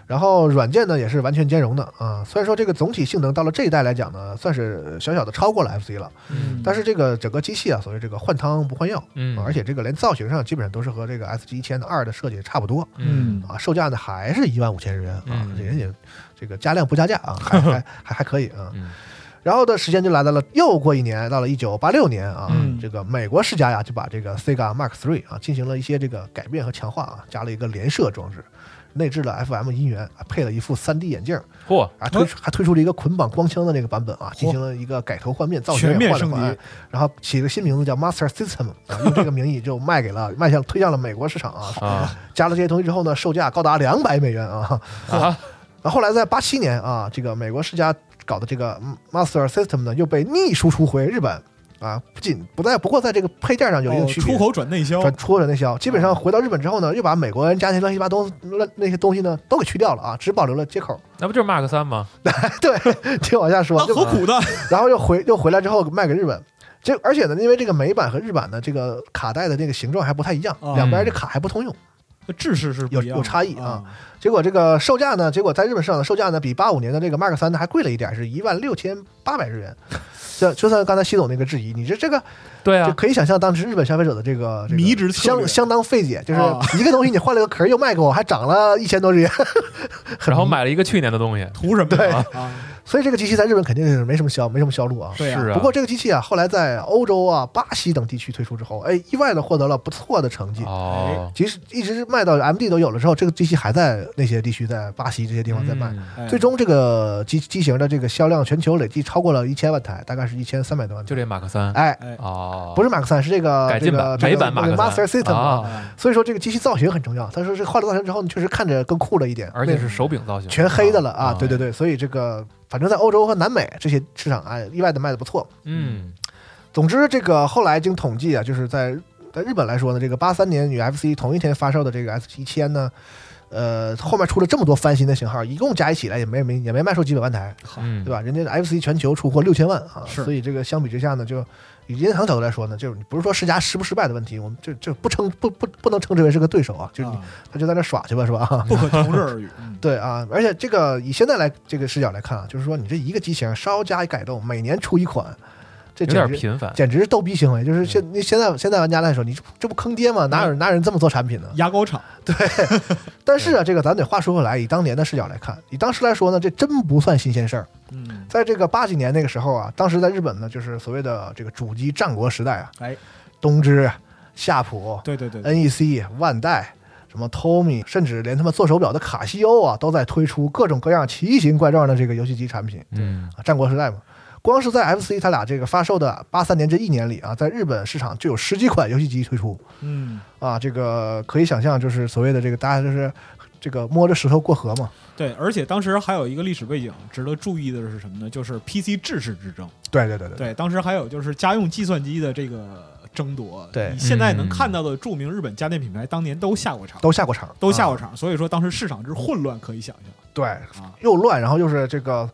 Speaker 3: 然后软件呢也是完全兼容的啊，虽然说这个总体性能到了这一代来讲呢，算是小小的超过了 FC 了，
Speaker 1: 嗯
Speaker 3: 但是这个整个机器啊，所谓这个换汤不换药，
Speaker 1: 嗯
Speaker 3: 啊，而且这个连造型上基本上都是和这个 SG 一千二的设计差不多
Speaker 1: 嗯
Speaker 2: 嗯
Speaker 3: 啊，售价呢还是一万五千日元啊
Speaker 1: 嗯，
Speaker 3: 这人也这个加量不加价啊，还还还还可以啊。
Speaker 1: 嗯
Speaker 3: 然后的时间就来到了又过一年，到了一九八六年啊，
Speaker 2: 嗯
Speaker 3: 这个美国世家呀就把这个 Sega Mark III 啊进行了一些这个改变和强化啊，加了一个连射装置，内置了 FM 音源，啊配了一副 3D 眼镜，
Speaker 1: 嚯，
Speaker 3: 啊，
Speaker 2: 哦
Speaker 3: 推出还推出了一个捆绑光枪的那个版本啊，进行了一个改头换面，造型也
Speaker 2: 全面
Speaker 3: 换了
Speaker 2: 升
Speaker 3: 换
Speaker 2: 级，
Speaker 3: 然后起了新名字叫 Master System，啊，用这个名义就卖给了卖向推向了美国市场 啊。
Speaker 1: 啊
Speaker 3: 加了这些东西之后呢，售价高达两百美元啊。
Speaker 1: 啊
Speaker 3: 然后后来在八七年啊，这个美国世家搞的这个 Master System 呢，又被逆输出回日本啊，不仅不在，不过在这个配件上有一定
Speaker 2: 哦
Speaker 3: 区别。
Speaker 2: 出口转内销，
Speaker 3: 转出口转内销，基本上回到日本之后呢，又把美国人加些乱七八东乱那些东西呢都给去掉了啊，只保留了接口。
Speaker 1: 那不就是 Mark 三吗？
Speaker 3: 对，听往下说，
Speaker 2: 那
Speaker 3: 就啊
Speaker 2: 何苦呢？
Speaker 3: 然后又回又回来之后卖给日本。这而且呢，因为这个美版和日版的这个卡带的这个形状还不太一样，
Speaker 2: 哦
Speaker 3: 两边这卡还不通用。
Speaker 2: 制式是不
Speaker 3: 有
Speaker 2: 一样
Speaker 3: 有
Speaker 2: 的
Speaker 3: 差异啊，结果这个售价呢，结果在日本市场的售价呢，比八五年的这个 Mark 三呢还贵了一点，是一万六千八百日元。 就就算刚才西总那个质疑，你这这个
Speaker 1: 对
Speaker 3: 就
Speaker 1: 啊，
Speaker 3: 可以想象当时日本消费者的这个这个
Speaker 2: 迷之策略
Speaker 3: 相相当费解，就是
Speaker 2: 哦
Speaker 3: 一个东西你换了个壳又卖给我，还涨了一千多日元，很
Speaker 1: 然后买了一个去年的东西，
Speaker 2: 图什么
Speaker 3: 对
Speaker 2: 呀啊？
Speaker 3: 所以这个机器在日本肯定是没什么销没什么销路啊。
Speaker 2: 对啊
Speaker 1: 是啊，
Speaker 3: 不过这个机器啊，后来在欧洲啊、巴西等地区推出之后，哎，意外的获得了不错的成绩。
Speaker 1: 哦，
Speaker 3: 其实一直卖到 MD 都有了之后，这个机器还在那些地区，在巴西这些地方在卖。
Speaker 1: 嗯
Speaker 2: 哎
Speaker 3: 最终，这个机机型的这个销量全球累计超过了一千万台，大概是一千三百多万台。
Speaker 1: 就这 Mark 三
Speaker 3: 哎，
Speaker 2: 哎
Speaker 1: 哦，
Speaker 3: 不是马克三，是这个
Speaker 1: 改进版
Speaker 3: 这个
Speaker 1: 美版马克
Speaker 3: 这个
Speaker 1: 三
Speaker 3: Master System
Speaker 1: 啊
Speaker 3: 啊。
Speaker 2: 哎
Speaker 3: 所以说这个机器造型很重要。但是这换了造型之后呢，确实看着更酷了一点，
Speaker 1: 而且
Speaker 3: 那
Speaker 1: 是手柄造型，
Speaker 3: 全黑的了啊！
Speaker 1: 哦
Speaker 3: 对对，对，所以这个反正在欧洲和南美这些市场啊，意外的卖的不错。
Speaker 1: 嗯
Speaker 3: 总之，这个后来经统计啊，就是在在日本来说呢，这个八三年与 FC 同一天发售的这个 S 一千呢，呃，后面出了这么多翻新的型号，一共加一起来也没没也没卖出几百万台，
Speaker 2: 好
Speaker 1: 嗯，
Speaker 3: 对吧？人家 FC 全球出货六千万啊，
Speaker 2: 是
Speaker 3: 所以这个相比之下呢，就以任天堂角度来说呢，就是你不是说世嘉失不失败的问题，我们就就不称不不不能称之为是个对手啊，就是你、
Speaker 2: 啊
Speaker 3: 他就在那耍去吧，是吧？啊
Speaker 2: 不可同日 而语。嗯
Speaker 3: 对啊，而且这个以现在来这个视角来看啊，就是说你这一个机型稍加改动，每年出一款，这
Speaker 1: 有点
Speaker 3: 简直
Speaker 1: 频繁。
Speaker 3: 简直是逗逼行为，就是现你现在现在玩家来说，你这这不坑爹吗？哪
Speaker 1: 嗯
Speaker 3: 有哪有人这么做产品呢？
Speaker 2: 牙膏厂，
Speaker 3: 但是啊，这个咱得话说回来，以当年的视角来看，以当时来说呢，这真不算新鲜事儿。
Speaker 2: 嗯，
Speaker 3: 在这个八几年那个时候啊，当时在日本呢，就是所谓的这个主机战国时代啊，
Speaker 2: 哎，
Speaker 3: 东芝、啊夏普、
Speaker 2: 对对对，对
Speaker 3: NEC、万代、什么 Tomy，甚至连他们做手表的卡西欧啊，都在推出各种各样奇形怪状的这个游戏机产品
Speaker 1: 嗯，
Speaker 3: 啊。战国时代嘛，光是在 FC 它俩这个发售的八三年这一年里啊，在日本市场就有十几款游戏机推出
Speaker 2: 嗯，
Speaker 3: 啊。这个可以想象，就是所谓的这个大家就是这个摸着石头过河嘛。
Speaker 2: 对，而且当时还有一个历史背景值得注意的是什么呢？就是 PC 制式之争。
Speaker 3: 对对对对
Speaker 2: 对，当时还有就是家用计算机的这个争夺。
Speaker 3: 对
Speaker 2: 你现在能
Speaker 1: 嗯
Speaker 2: 看到的著名日本家电品牌，当年都下过场，
Speaker 3: 都下过场，
Speaker 2: 都下过
Speaker 3: 啊
Speaker 2: 场，所以说当时市场之混乱可以想象
Speaker 3: 对，
Speaker 2: 啊。
Speaker 3: 又乱，然后又是这个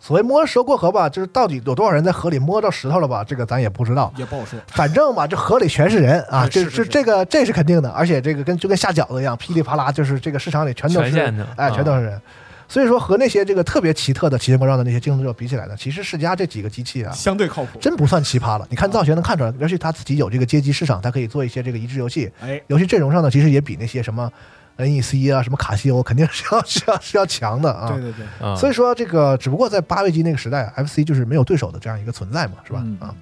Speaker 3: 所谓摸着石头过河吧，就是到底有多少人在河里摸着石头了吧，这个咱也不 知道。
Speaker 2: 也不好说，
Speaker 3: 反正吧，这河里全是人啊，
Speaker 2: 哎
Speaker 3: 这
Speaker 2: 是是
Speaker 3: 这
Speaker 2: 是
Speaker 3: 这个这是肯定的，而且这个跟就跟下饺子一样，噼里啪啦，就是这个市场里全都
Speaker 1: 全
Speaker 3: 是
Speaker 1: 线的，
Speaker 3: 哎，
Speaker 1: 啊
Speaker 3: 全都是人。所以说和那些这个特别奇特的奇形怪状的那些竞争者比起来呢，其实世嘉这几个机器啊，
Speaker 2: 相对靠谱。
Speaker 3: 真不算奇葩了。你看造型能看出来，尤其它自己有这个街机市场，它可以做一些这个移植游戏，
Speaker 2: 哎，
Speaker 3: 游戏阵容上呢，其实也比那些什么 NEC 啊、什么卡西欧肯定是要 是要是要强的啊。
Speaker 2: 嗯对对对，
Speaker 1: 嗯
Speaker 3: 所以说这个只不过在八位机那个时代啊，FC 就是没有对手的这样一个存在嘛，是吧？
Speaker 2: 嗯
Speaker 3: 啊，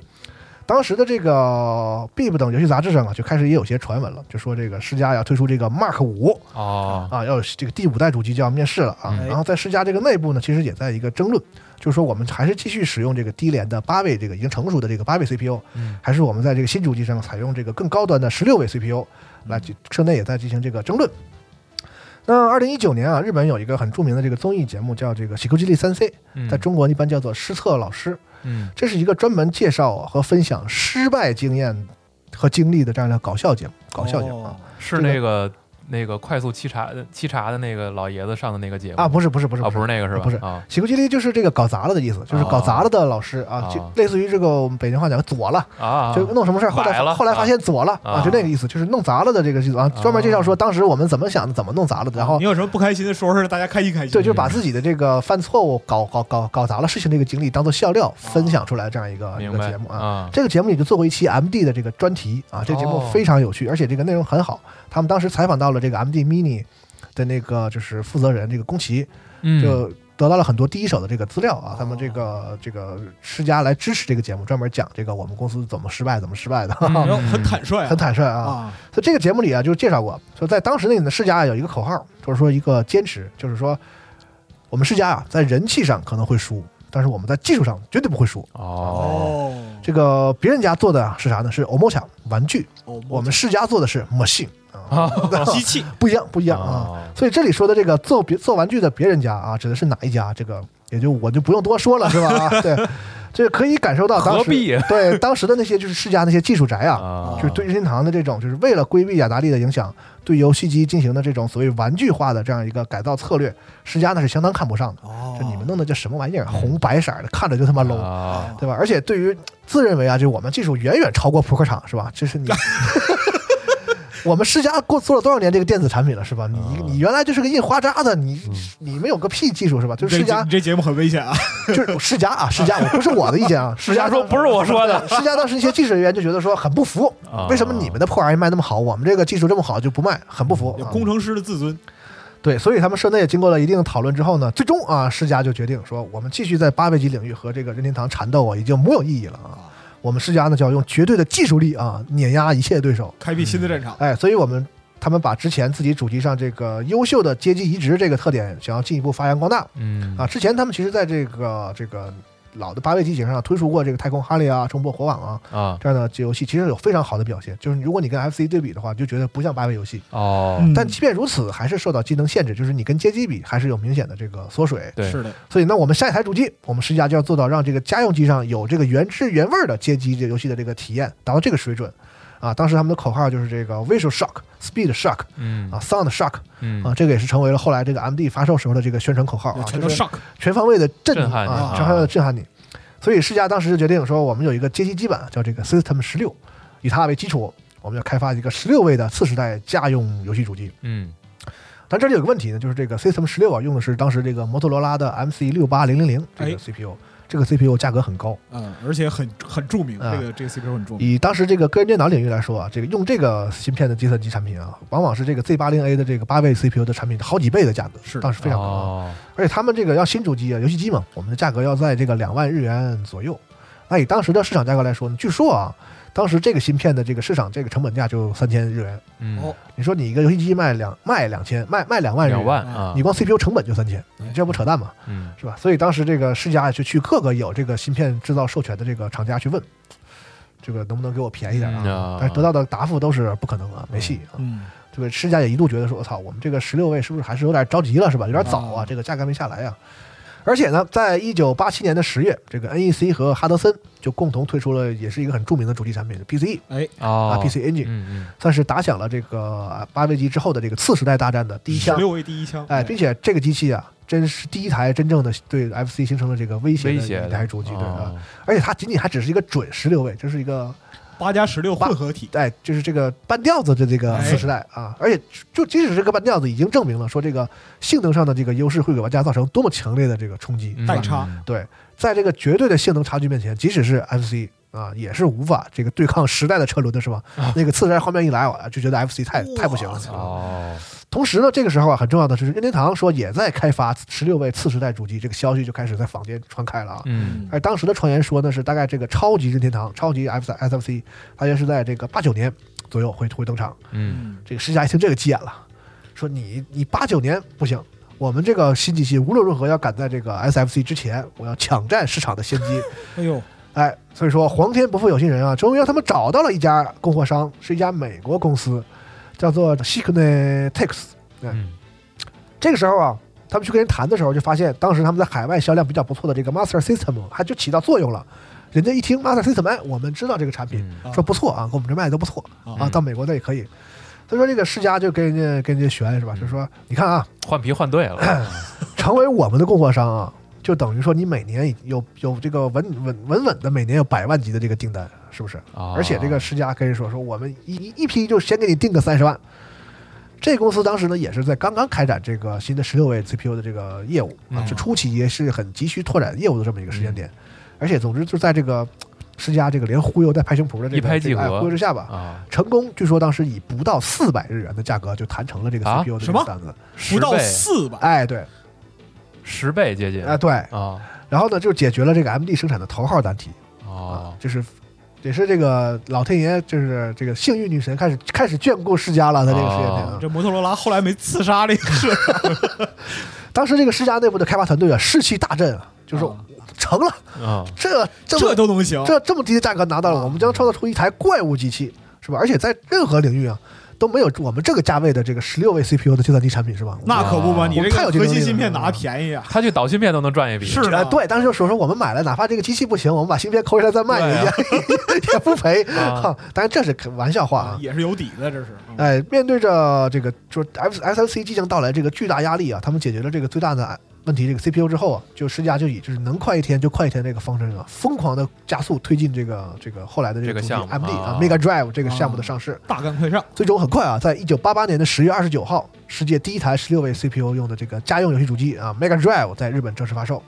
Speaker 3: 当时的这个 Bib 等游戏杂志上啊，就开始也有些传闻了，就说这个世嘉要推出这个 Mark 五
Speaker 1: 哦，
Speaker 3: 啊，要有这个第五代主机就要面世了啊。
Speaker 1: 哎
Speaker 2: 嗯
Speaker 3: 然后在世嘉这个内部呢，其实也在一个争论，就是说我们还是继续使用这个低廉的八位这个已经成熟的这个八位 CPU，
Speaker 1: 嗯
Speaker 3: 还是我们在这个新主机上采用这个更高端的十六位 CPU，来
Speaker 1: 嗯
Speaker 3: 进社内也在进行这个争论。那二零一九年啊，日本有一个很著名的这个综艺节目叫这个《喜剧之力三 C》，
Speaker 1: 嗯
Speaker 3: 在中国一般叫做失策老师，
Speaker 1: 嗯
Speaker 3: 这是一个专门介绍和分享失败经验和经历的这样的搞笑节目，搞笑节目啊
Speaker 2: 哦
Speaker 1: 是那个那个快速沏茶沏茶的那个老爷子上的那个节目
Speaker 3: 啊，不是不是不是
Speaker 1: 啊，不是那个是吧？
Speaker 3: 不是
Speaker 1: 啊，
Speaker 3: 喜剧之力就是这个搞砸了的意思，就是搞砸了的老师啊，
Speaker 1: 哦
Speaker 3: 就类似于这个我们北京话讲左了，
Speaker 1: 啊啊，
Speaker 3: 就弄什么事儿，后
Speaker 1: 崴
Speaker 3: 来
Speaker 1: 了
Speaker 3: 后来发现左了
Speaker 1: 啊
Speaker 3: 啊，就那个意思，就是弄砸了的这个意思啊，专门介绍说当时我们怎么想的，怎么弄砸了的，然后
Speaker 2: 你有什么不开心的说说，大家开心开心。
Speaker 3: 对，就是把自己的这个犯错误搞搞搞搞砸了事情这个经历当做笑料分享出来这样一个一
Speaker 1: 明
Speaker 3: 个
Speaker 1: 白
Speaker 3: 节目啊。
Speaker 1: 啊，
Speaker 3: 这个节目也就做过一期 M D 的这个专题啊，这节目
Speaker 1: 哦
Speaker 3: 非常有趣，而且这个内容很好。他们当时采访到了这个 M D Mini 的那个就是负责人这个宫崎，
Speaker 1: 嗯
Speaker 3: 就得到了很多第一手的这个资料啊。他们
Speaker 2: 哦
Speaker 3: 这个这个世家来支持这个节目，专门讲这个我们公司怎么失败，怎么失败的，
Speaker 1: 嗯
Speaker 2: 然后很坦率啊，
Speaker 3: 很坦率啊。
Speaker 2: 啊，
Speaker 3: 所以这个节目里啊，就介绍过，说在当时那个世家有一个口号，就是说一个坚持，就是说我们世家啊，在人气上可能会输，但是我们在技术上绝对不会输。
Speaker 1: 哦，
Speaker 3: 这个别人家做的是啥呢？是 Omocha 玩具。
Speaker 2: 哦，
Speaker 3: 我们世家做的是模型啊，
Speaker 2: 机器
Speaker 3: 不一样，不一样啊。
Speaker 1: 哦
Speaker 3: 所以这里说的这个做别做玩具的别人家啊，指的是哪一家？这个也就我就不用多说了，是 吧？啊对，这可以感受到当
Speaker 1: 何
Speaker 3: 时
Speaker 1: 必
Speaker 3: 对当时的那些就是世家那些技术宅啊，
Speaker 1: 啊
Speaker 3: 就是对任天堂的这种，就是为了规避雅达利的影响，对游戏机进行的这种所谓玩具化的这样一个改造策略，世家那是相当看不上的。
Speaker 2: 哦
Speaker 3: 这你们弄的这什么玩意儿，红白色儿的，看着就他妈 low，
Speaker 1: 嗯啊，
Speaker 3: 对吧？而且对于自认为啊，就是我们技术远远超过扑克场，是吧？这 是你，我们世家过做了多少年这个电子产品了，是吧？你
Speaker 1: 啊嗯
Speaker 3: 你原来就是个印花渣的，你你们有个屁技术是吧？就是世
Speaker 2: 这
Speaker 3: 家
Speaker 2: 你，这节目很危险啊！
Speaker 3: 就是世家啊，世家，我不是我的意 见啊，世
Speaker 1: 世家
Speaker 3: 家
Speaker 1: 说不是我说的，
Speaker 3: 世家当时一些技术人员就觉得说很不服
Speaker 1: 啊，
Speaker 3: 为什么你们的破玩意卖那么好，我们这个技术这么好就不卖，很不服
Speaker 1: 嗯
Speaker 2: 有
Speaker 3: 啊。
Speaker 2: 工程师的自尊，
Speaker 3: 对，所以他们社内也经过了一定的讨论之后呢，最终啊，世嘉就决定说，我们继续在八倍级领域和这个任天堂缠斗啊，已经没有意义了啊。我们世嘉呢，就要用绝对的技术力啊，碾压一切对手。
Speaker 2: 开辟新的战场。
Speaker 3: 哎，所以我们他们把之前自己主机上这个优秀的街机移植这个特点，想要进一步发扬光大
Speaker 1: 嗯
Speaker 3: 啊。之前他们其实在这个这个老的八位机型上推出过这个太空哈利啊、冲破火网啊
Speaker 1: 啊
Speaker 3: 这样的游戏，其实有非常好的表现。就是如果你跟 FC 对比的话，就觉得不像八位游戏。
Speaker 1: 哦，
Speaker 2: 嗯
Speaker 3: 但即便如此，还是受到机能限制，就是你跟街机比，还是有明显的这个缩水。
Speaker 1: 对
Speaker 2: 是的，
Speaker 3: 所以呢，我们下一台主机，我们世嘉就要做到让这个家用机上有这个原汁原味的街机这游戏的这个体验，达到这个水准。啊，当时他们的口号就是这个 Visual Shock、Speed Shock
Speaker 1: 嗯
Speaker 3: 啊、Sound Shock
Speaker 1: 嗯
Speaker 3: 啊，这个也是成为了后来这个 MD 发售时候的这个宣传口号啊，
Speaker 2: 全都
Speaker 3: 就是
Speaker 2: shock
Speaker 3: 全方位的震
Speaker 1: 震撼你
Speaker 3: 啊
Speaker 1: 啊，
Speaker 3: 全方位的震撼你。所以世嘉当时就决定说，我们有一个街机基板叫这个 System 十六，以它为基础，我们要开发一个十六位的次时代家用游戏主机。
Speaker 1: 嗯
Speaker 3: 但这里有个问题呢，就是这个 System 十六啊，用的是当时这个摩托罗拉的 MC 六八零零零这
Speaker 2: 哎
Speaker 3: 个 CPU，、这个 CPU 价格很高。
Speaker 2: 嗯，而且很很著名，
Speaker 3: 啊
Speaker 2: 这个这个 CPU 很著名，
Speaker 3: 以当时这个个人电脑领域来说啊，这个用这个芯片的计算机产品啊，往往是这个 Z 八零 A 的这个八位 CPU 的产品好几倍的价格，
Speaker 2: 是
Speaker 3: 当时非常高。啊
Speaker 1: 哦
Speaker 3: 而且他们这个要新主机啊，游戏机嘛，我们的价格要在这个两万日元左右。那以当时的市场价格来说呢，据说啊，当时这个芯片的这个市场这个成本价就三千日元。
Speaker 1: 嗯，
Speaker 2: 哦
Speaker 3: 你说你一个游戏机卖两卖两千，卖卖两万日元，
Speaker 1: 两万啊，
Speaker 3: 你光 CPU 成本就三千，你这不扯淡吗？
Speaker 1: 嗯
Speaker 3: 是吧？所以当时这个世嘉就去各个有这个芯片制造授权的这个厂家去问，这个能不能给我便宜点
Speaker 1: 嗯
Speaker 3: 啊
Speaker 1: 啊？
Speaker 3: 但是得到的答复都是不可能啊，没戏啊。
Speaker 2: 嗯，
Speaker 3: 这个世嘉也一度觉得说，我操，我们这个十六位是不是还是有点着急了，是吧？有点早啊，
Speaker 2: 啊
Speaker 3: 这个价格没下来啊。而且呢，在一九八七年的十月，这个 NEC 和哈德森就共同推出了，也是一个很著名的主机产品 PCE
Speaker 2: 哎，
Speaker 3: 啊
Speaker 1: 哦
Speaker 3: ，PC Engine，
Speaker 1: 嗯
Speaker 3: 算是打响了这个八位机之后的这个次时代大战的第一
Speaker 2: 十
Speaker 3: 枪。
Speaker 2: 六位第一枪，
Speaker 3: 哎，并且这个机器啊，真是第一台真正的对 FC 形成了这个威
Speaker 1: 嗯，
Speaker 3: 胁
Speaker 1: 威
Speaker 3: 的
Speaker 1: 胁
Speaker 3: 一
Speaker 1: 的
Speaker 3: 台主机，对啊，
Speaker 1: 哦
Speaker 3: 而且它仅仅还只是一个准十六位，这是一个
Speaker 2: 八加十六混合体，
Speaker 3: 哎，就是这个半吊子的这个
Speaker 2: 哎
Speaker 3: 次时代啊，而且就即使这个半吊子已经证明了说这个性能上的这个优势会给玩家造成多么强烈的这个冲击，
Speaker 1: 嗯
Speaker 2: 代差
Speaker 1: 嗯
Speaker 3: 对，在这个绝对的性能差距面前，即使是 FC。啊，也是无法这个对抗时代的车轮的是吧？那个次时代画面一来，啊，就觉得 FC 太太不行了
Speaker 2: 哇。操
Speaker 1: 哦，
Speaker 3: 同时呢，这个时候啊，很重要的是，任天堂说也在开发十六位次时代主机，这个消息就开始在坊间传开了啊。
Speaker 1: 嗯
Speaker 3: 而当时的传言说呢，是大概这个超级任天堂、超级 F S F C，大约是在这个八九年左右会会登场。
Speaker 1: 嗯，
Speaker 2: 嗯，
Speaker 3: 这个世嘉一听这个急眼了，说你你八九年不行，我们这个新机器无论如何要赶在这个 S F C 之前，我要抢占市场的先机。
Speaker 2: 哎呦，
Speaker 3: 哎，所以说皇天不负有心人啊，终于让他们找到了一家供货商，是一家美国公司，叫做 s i k n e t e x
Speaker 1: 嗯
Speaker 3: 这个时候啊，他们去跟人谈的时候，就发现当时他们在海外销量比较不错的这个 Master System 还就起到作用了。人家一听 Master System，哎，我们知道这个产品，
Speaker 1: 嗯
Speaker 2: 啊
Speaker 3: 说不错啊，跟我们这卖的都不错啊，
Speaker 1: 嗯
Speaker 3: 到美国的也可以。他说这个世嘉就跟人家跟人家悬
Speaker 1: 嗯
Speaker 3: 是吧？就说你看啊，
Speaker 1: 换皮换对 了，
Speaker 3: 成为我们的供货商啊，就等于说你每年有有这个稳稳稳稳的每年有百万级的这个订单，是不是？
Speaker 1: 哦
Speaker 3: 而且这个世嘉跟人说说，我们一一一批就先给你定个三十万。这公司当时呢也是在刚刚开展这个新的十六位 CPU 的这个业务啊，
Speaker 1: 嗯
Speaker 3: 这初期也是很急需拓展业务的这么一个时间点。而且，总之就在这个世嘉这个连忽悠带拍胸脯的这个
Speaker 1: 一拍即合
Speaker 3: 这个哎忽悠之下吧，
Speaker 1: 啊，
Speaker 3: 成功据说当时以不到四百日元的价格就谈成了这个
Speaker 1: 啊
Speaker 3: CPU 的这
Speaker 2: 什
Speaker 3: 个
Speaker 2: 么
Speaker 3: 单子。
Speaker 2: 不
Speaker 1: 十
Speaker 2: 到
Speaker 1: 倍
Speaker 2: 四百，
Speaker 3: 哎，对，
Speaker 1: 十倍接近
Speaker 3: 哎对，
Speaker 1: 啊
Speaker 3: 然后呢就解决了这个 MD 生产的头号难题。啊
Speaker 1: 哦，，
Speaker 3: 就是也是这个老天爷，就是这个幸运女神开始开始眷顾世嘉了，在这个时间点啊
Speaker 1: 哦。
Speaker 2: 这摩托罗拉后来没刺杀这个事，
Speaker 3: 当时这个世嘉内部的开发团队啊，士气大振啊，就是
Speaker 2: 啊
Speaker 3: 成了，
Speaker 1: 嗯
Speaker 3: 这 这
Speaker 2: 这
Speaker 3: 么
Speaker 2: 都能行，
Speaker 3: 这这么低的价格拿到了，
Speaker 2: 啊
Speaker 3: 我们将创造出一台怪物机器，是吧？而且在任何领域啊都没有我们这个价位的这个十六位 CPU 的计算机产品，是吧？
Speaker 2: 那可不嘛，
Speaker 1: 哇
Speaker 2: 你这
Speaker 3: 啊我太有
Speaker 2: 个
Speaker 3: 竞
Speaker 2: 核
Speaker 3: 争力
Speaker 2: 心
Speaker 3: 了
Speaker 2: 芯片拿便宜啊，
Speaker 1: 他去导芯片都能赚一笔，
Speaker 2: 是
Speaker 3: 啊，
Speaker 2: 的，
Speaker 3: 对，当时就说说我们买了，哪怕这个机器不行，我们把芯片抠下来再卖，
Speaker 1: 对
Speaker 3: 也、
Speaker 1: 啊
Speaker 3: 也不赔。
Speaker 1: 啊
Speaker 3: 哈，当然这是开玩笑话啊
Speaker 2: 啊，，也是有底的，这是，嗯
Speaker 3: 哎，面对着这个就是 F S F C 即将到来这个巨大压力啊，他们解决了这个最大的问题，这个 C P U 之后啊，就施加就以就是能快一天就快一天这个方针啊，疯狂的加速推进这个这个后来的这
Speaker 1: 这个
Speaker 3: 个主机
Speaker 1: 项目
Speaker 3: M D 啊
Speaker 1: 啊
Speaker 3: Mega Drive 这个项目的
Speaker 2: 啊
Speaker 3: 上市。
Speaker 2: 大干快上，
Speaker 3: 最终很快啊，在一九八八年的十月二十九号，世界第一台十六位 C P U 用的这个家用游戏主机啊 Mega Drive 在日本正式发售。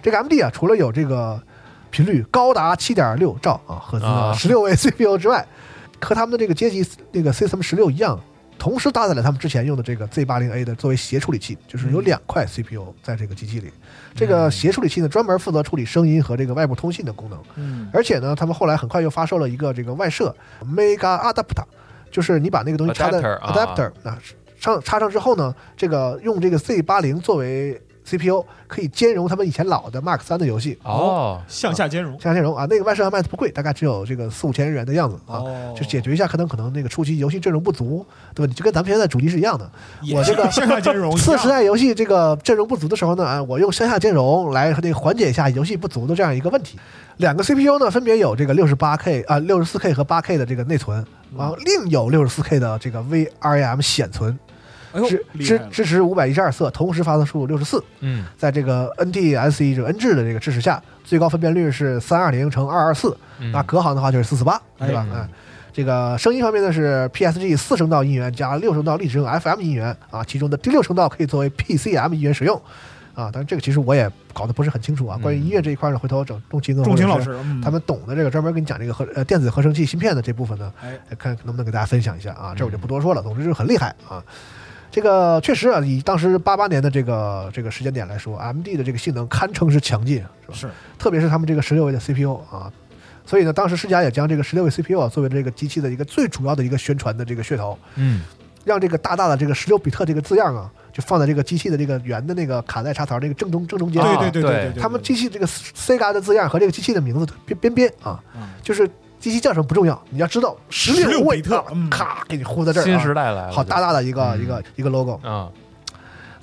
Speaker 3: 这个 M D 啊，除了有这个频率高达七点六兆啊赫兹啊
Speaker 1: 啊
Speaker 3: 十六位 C P U 之外，和他们的这个阶级那个 System 十六一样，同时搭载了他们之前用的这个 Z 八零 A 的作为协处理器，就是有
Speaker 2: 嗯
Speaker 3: 两块 C P U 在这个机器里。这个协处理器呢，专门负责处理声音和这个外部通信的功能。
Speaker 2: 嗯，
Speaker 3: 而且呢，他们后来很快又发售了一个这个外设 Mega Adapter，就是你把那个东西插在
Speaker 1: Adapter，啊
Speaker 3: adapter 那上插上之后呢，这个用这个 Z 八零作为 CPU，可以兼容他们以前老的 Mark 三的游戏，
Speaker 1: 哦，
Speaker 2: 向下兼容，
Speaker 3: 像兼容啊，那个外设还卖的不贵，大概只有这个四五千日元的样子啊。
Speaker 2: 哦
Speaker 3: 就解决一下可能可能那个初期游戏阵容不足，对吧？你就跟咱们现在主机是一样的。
Speaker 2: 也
Speaker 3: 我这个
Speaker 2: 是向下兼 容，
Speaker 3: 次时代游戏这个阵容不足的时候呢，啊，我用向下兼容来那个缓解一下游戏不足的这样一个问题。两个 CPU 呢，分别有这个六十八 K 啊、六十四 K 和八 K 的这个内存，然后另有六十四 K 的这个 VRAM 显存，
Speaker 2: 哎呦
Speaker 3: 支，
Speaker 2: 厉
Speaker 3: 支
Speaker 2: 害了，
Speaker 3: 支持五百一十二色，同时发送速度六十四。
Speaker 1: 嗯
Speaker 3: 在这个 NTSC 就 N 制的这个支持下，最高分辨率是三二零乘二二四，
Speaker 1: 嗯
Speaker 3: 那隔行的话就是四四八，
Speaker 2: 哎
Speaker 3: 对吧？嗯。这个声音方面呢是 PSG 四声道音源加六声道立体声 FM 音源啊，其中的第六声道可以作为 PCM 音源使用。啊。但是这个其实我也搞得不是很清楚啊。
Speaker 1: 嗯
Speaker 3: 关于音乐这一块呢，回头找仲青跟
Speaker 2: 仲
Speaker 3: 啊或者
Speaker 2: 卿老
Speaker 3: 是
Speaker 2: 师，嗯
Speaker 3: 他们懂的这个专门给你讲这个合呃电子合成器芯片的这部分呢，
Speaker 2: 哎，
Speaker 3: 呃看能不能给大家分享一下
Speaker 2: 嗯
Speaker 3: 啊。这我就不多说了，总之就是很厉害啊。这个确实啊，以当时八八年的这个这个时间点来说，AMD 的这个性能堪称是强劲，是吧？
Speaker 2: 是
Speaker 3: 特别是他们这个十六位的 CPU 啊，所以呢，当时世嘉也将这个十六位 CPU 啊作为这个机器的一个最主要的一个宣传的这个噱头，
Speaker 1: 嗯
Speaker 3: 让这个大大的这个十六比特这个字样啊，就放在这个机器的这个圆的那个卡带插槽那个正中正中间。
Speaker 2: 对
Speaker 1: 啊
Speaker 2: 对对
Speaker 1: 对
Speaker 2: 对对，
Speaker 3: 他们机器这个 Sega 的字样和这个机器的名字边边边啊，
Speaker 2: 嗯
Speaker 3: 就是机器叫什么不重要，你要知道十
Speaker 2: 16
Speaker 3: 位
Speaker 2: 比特
Speaker 3: 啊
Speaker 2: 嗯
Speaker 3: 咔给你糊在这
Speaker 1: 新
Speaker 3: 儿、
Speaker 1: 时代来
Speaker 3: 啊，
Speaker 1: 了，
Speaker 3: 好大大的一个
Speaker 1: 嗯
Speaker 3: 一个一个 logo。
Speaker 1: 啊，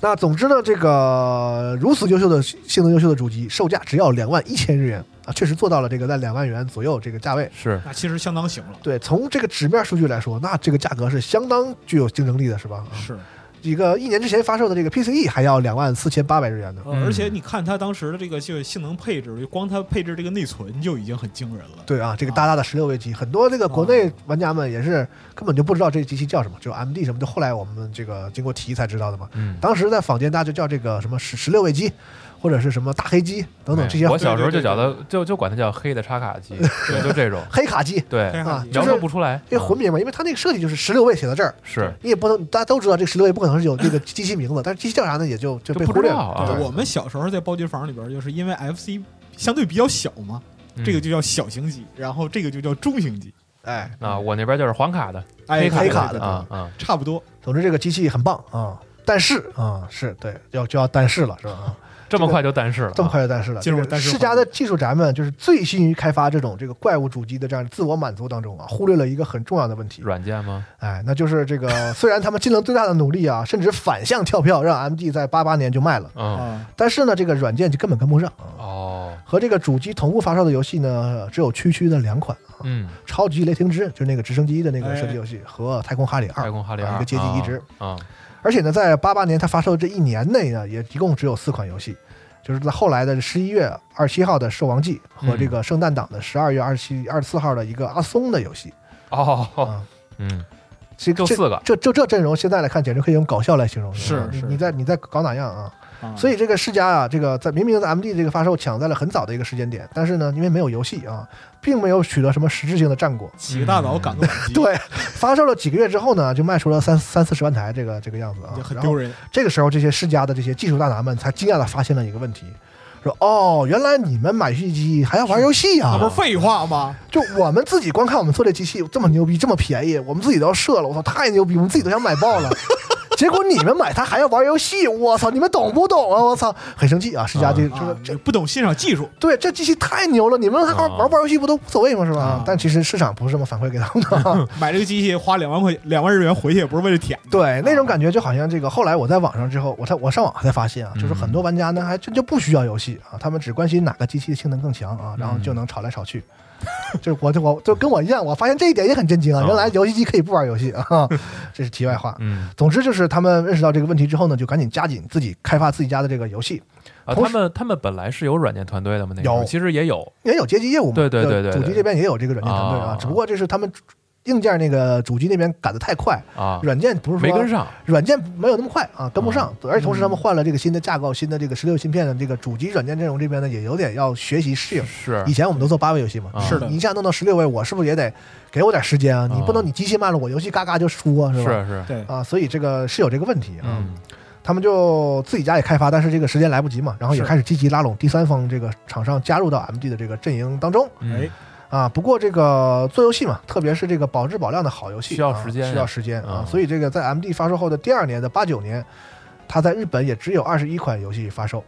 Speaker 3: 那总之呢，这个如此优秀的性能优秀的主机，售价只要两万一千日元啊，确实做到了这个在两万元左右这个价位。
Speaker 1: 是
Speaker 2: 那其实相当行了，
Speaker 3: 对，从这个纸面数据来说，那这个价格是相当具有竞争力的，是吧？啊
Speaker 2: 是，
Speaker 3: 一个一年之前发售的这个 PCE 还要两万四千八百日元呢。
Speaker 2: 呃
Speaker 1: 嗯
Speaker 2: 而且你看它当时的这个就是性能配置，就光它配置这个内存就已经很惊人了。
Speaker 3: 对啊，这个大大的十六位机，很多这个国内玩家们也是根本就不知道这机器叫什么，就是 MD 什么，就后来我们这个经过提才知道的嘛。
Speaker 1: 嗯。
Speaker 3: 当时在坊间大家就叫这个什么十十六位机，或者是什么大黑机等等这些
Speaker 2: 哎
Speaker 1: 我小时候就
Speaker 2: 对对
Speaker 1: 觉
Speaker 2: 对
Speaker 1: 得就就管它叫黑的插卡机，对，就这种，
Speaker 3: 黑卡机，啊
Speaker 2: 黑
Speaker 1: 对，
Speaker 2: 卡机
Speaker 3: 就
Speaker 1: 描
Speaker 3: 是
Speaker 1: 述不出来，啊
Speaker 2: 啊
Speaker 3: 因为混编嘛，因为它那个设计就是十六位写到这儿，
Speaker 1: 是
Speaker 3: 你也不能大家都知道这十六位不可能是有这个机器名字，但是机器叫啥呢，也就就
Speaker 1: 就
Speaker 3: 被
Speaker 1: 不
Speaker 3: 忽
Speaker 1: 知
Speaker 3: 略
Speaker 1: 道
Speaker 3: 了。
Speaker 1: 啊
Speaker 2: 对，我们小时候在包机房里边，就是因为 FC 相对比较小嘛，这个
Speaker 1: 嗯
Speaker 2: 就叫小型机，然后这个就叫中型机，
Speaker 3: 哎，
Speaker 1: 啊，我那边就是黄卡的
Speaker 2: 哎，
Speaker 3: 黑卡
Speaker 2: 对对
Speaker 3: 的
Speaker 2: 对
Speaker 1: 啊啊，
Speaker 2: 差不多。
Speaker 3: 总之这个机器很棒啊。但是啊、是对，要就要但是了，是吧？啊，
Speaker 1: 这
Speaker 3: 这
Speaker 1: 么
Speaker 3: 个
Speaker 1: 快就但是了啊，
Speaker 3: 这么快就但是了。
Speaker 2: 进入
Speaker 3: 这个
Speaker 2: 但是
Speaker 3: 世
Speaker 2: 环
Speaker 3: 嘉
Speaker 2: 节
Speaker 3: 的技术宅们就是醉心于开发这种这个怪物主机的这样自我满足当中啊，忽略了一个很重要的问题，
Speaker 1: 软件吗？
Speaker 3: 哎，那就是这个虽然他们尽了最大的努力啊，甚至反向跳票让 MG 在八八年就卖了，
Speaker 1: 嗯，
Speaker 2: 啊，
Speaker 3: 但是呢，这个软件就根本跟不上啊。
Speaker 1: 哦，
Speaker 3: 和这个主机同步发售的游戏呢，只有区区的两款啊，
Speaker 1: 嗯，
Speaker 3: 超级雷霆之》就是那个直升机的那个
Speaker 2: 哎
Speaker 3: 射击游戏和太空哈里二，
Speaker 1: 哎太空哈利
Speaker 3: 啊
Speaker 1: 二
Speaker 3: 一个阶级移植。
Speaker 1: 啊，
Speaker 3: 而且呢，在八八年它发售这一年内呢，也一共只有四款游戏，就是在后来的十一月二十七号的《兽王记》和这个圣诞档的十二月二十七、二十四号的一个阿松的游戏。
Speaker 1: 哦，
Speaker 3: 啊，
Speaker 1: 嗯，
Speaker 3: 这
Speaker 1: 就
Speaker 3: 这
Speaker 1: 四个，
Speaker 3: 这就这阵容，现在来看简直可以用搞笑来形容。吧
Speaker 2: 是是
Speaker 3: 你你在你在搞哪样啊？
Speaker 1: 嗯
Speaker 2: 啊
Speaker 3: 所以这个世嘉啊，这个在明明在 MD 这个发售抢在了很早的一个时间点，但是呢，因为没有游戏啊，并没有取得什么实质性的战果。
Speaker 2: 几个大佬赶个满机，
Speaker 3: 对，发售了几个月之后呢，就卖出了三三四十万台这个这个样子啊
Speaker 2: 也，很
Speaker 3: 然后
Speaker 2: 丢人。
Speaker 3: 这个时候，这些世家的这些技术大拿们才惊讶地发现了一个问题，说：“哦，原来你们买游戏机还要玩游戏
Speaker 2: 那
Speaker 3: 啊
Speaker 2: 不是废话吗？！”
Speaker 3: 就我们自己光看我们做这机器这么牛逼，这么便宜，我们自己都要设了，我操，太牛逼，我们自己都想买 爆了。结果你们买它还要玩游戏，我操，你们懂不懂啊？我操，很生气啊！世家这这
Speaker 2: 啊
Speaker 3: 个，这
Speaker 2: 你不懂欣赏技术，
Speaker 3: 对这机器太牛了，你们还玩
Speaker 1: 啊
Speaker 3: 玩不玩游戏不都无所谓吗？是吧
Speaker 2: 啊？
Speaker 3: 但其实市场不是这么反馈给他们的。啊
Speaker 2: 买这个机器花两万块两万日元回去也不是为了舔，
Speaker 3: 对，
Speaker 1: 啊
Speaker 3: 那种感觉就好像这个。后来我在网上之后，我才我上网才发现啊，就是
Speaker 1: 嗯
Speaker 3: 很多玩家呢还真就不需要游戏啊，他们只关心哪个机器的性能更强啊，然后
Speaker 1: 嗯
Speaker 3: 就能吵来吵去。 就是我就我就跟我一样，我发现这一点也很震惊啊，
Speaker 1: 哦
Speaker 3: 原来游戏机可以不玩游戏啊， 这是题外话。
Speaker 1: 嗯
Speaker 3: 总之就是他们认识到这个问题之后呢，就赶紧加紧自己开发自己家的这个游戏，
Speaker 1: 啊，
Speaker 3: 同
Speaker 1: 他
Speaker 3: 时
Speaker 1: 们他们本来是有软件团队的吗？那时候
Speaker 3: 有
Speaker 1: 其实也有
Speaker 3: 也有街机业务嘛，
Speaker 1: 对对对对对
Speaker 3: 主机这边也有这个软件团队啊
Speaker 1: 啊，
Speaker 3: 只不过这是他们硬件那个主机那边赶得太快，
Speaker 1: 啊，
Speaker 3: 软件不是说
Speaker 1: 没跟上，
Speaker 3: 软件没有那么快啊，跟不上。而且同时他们换了这个新的架
Speaker 1: 嗯
Speaker 3: 构，新的这个十六芯片的这个主机软件阵容这边呢，也有点要学习适应。
Speaker 1: 是
Speaker 3: 以前我们都做八位游戏嘛
Speaker 1: 啊，
Speaker 2: 是的
Speaker 3: 你一下弄到十六位，我是不是也得给我点时间啊？你不能你机器慢了，我游戏嘎嘎就输啊，
Speaker 1: 是
Speaker 3: 吧？
Speaker 1: 是，
Speaker 2: 对，
Speaker 3: 啊，所以这个是有这个问题啊。
Speaker 1: 嗯
Speaker 3: 他们就自己家也开发，但是这个时间来不及嘛，然后也
Speaker 2: 是
Speaker 3: 开始积极拉拢第三方这个厂商加入到 MD 的这个阵营当中
Speaker 1: 嗯
Speaker 2: 哎，
Speaker 3: 啊。不过这个做游戏嘛，特别是这个保质保量的好游戏，
Speaker 1: 需要
Speaker 3: 啊
Speaker 1: 时间呀
Speaker 3: 需要时间啊
Speaker 1: 啊。
Speaker 3: 所以这个在 MD 发售后的第二年的八九年，它在日本也只有二十一款游戏发售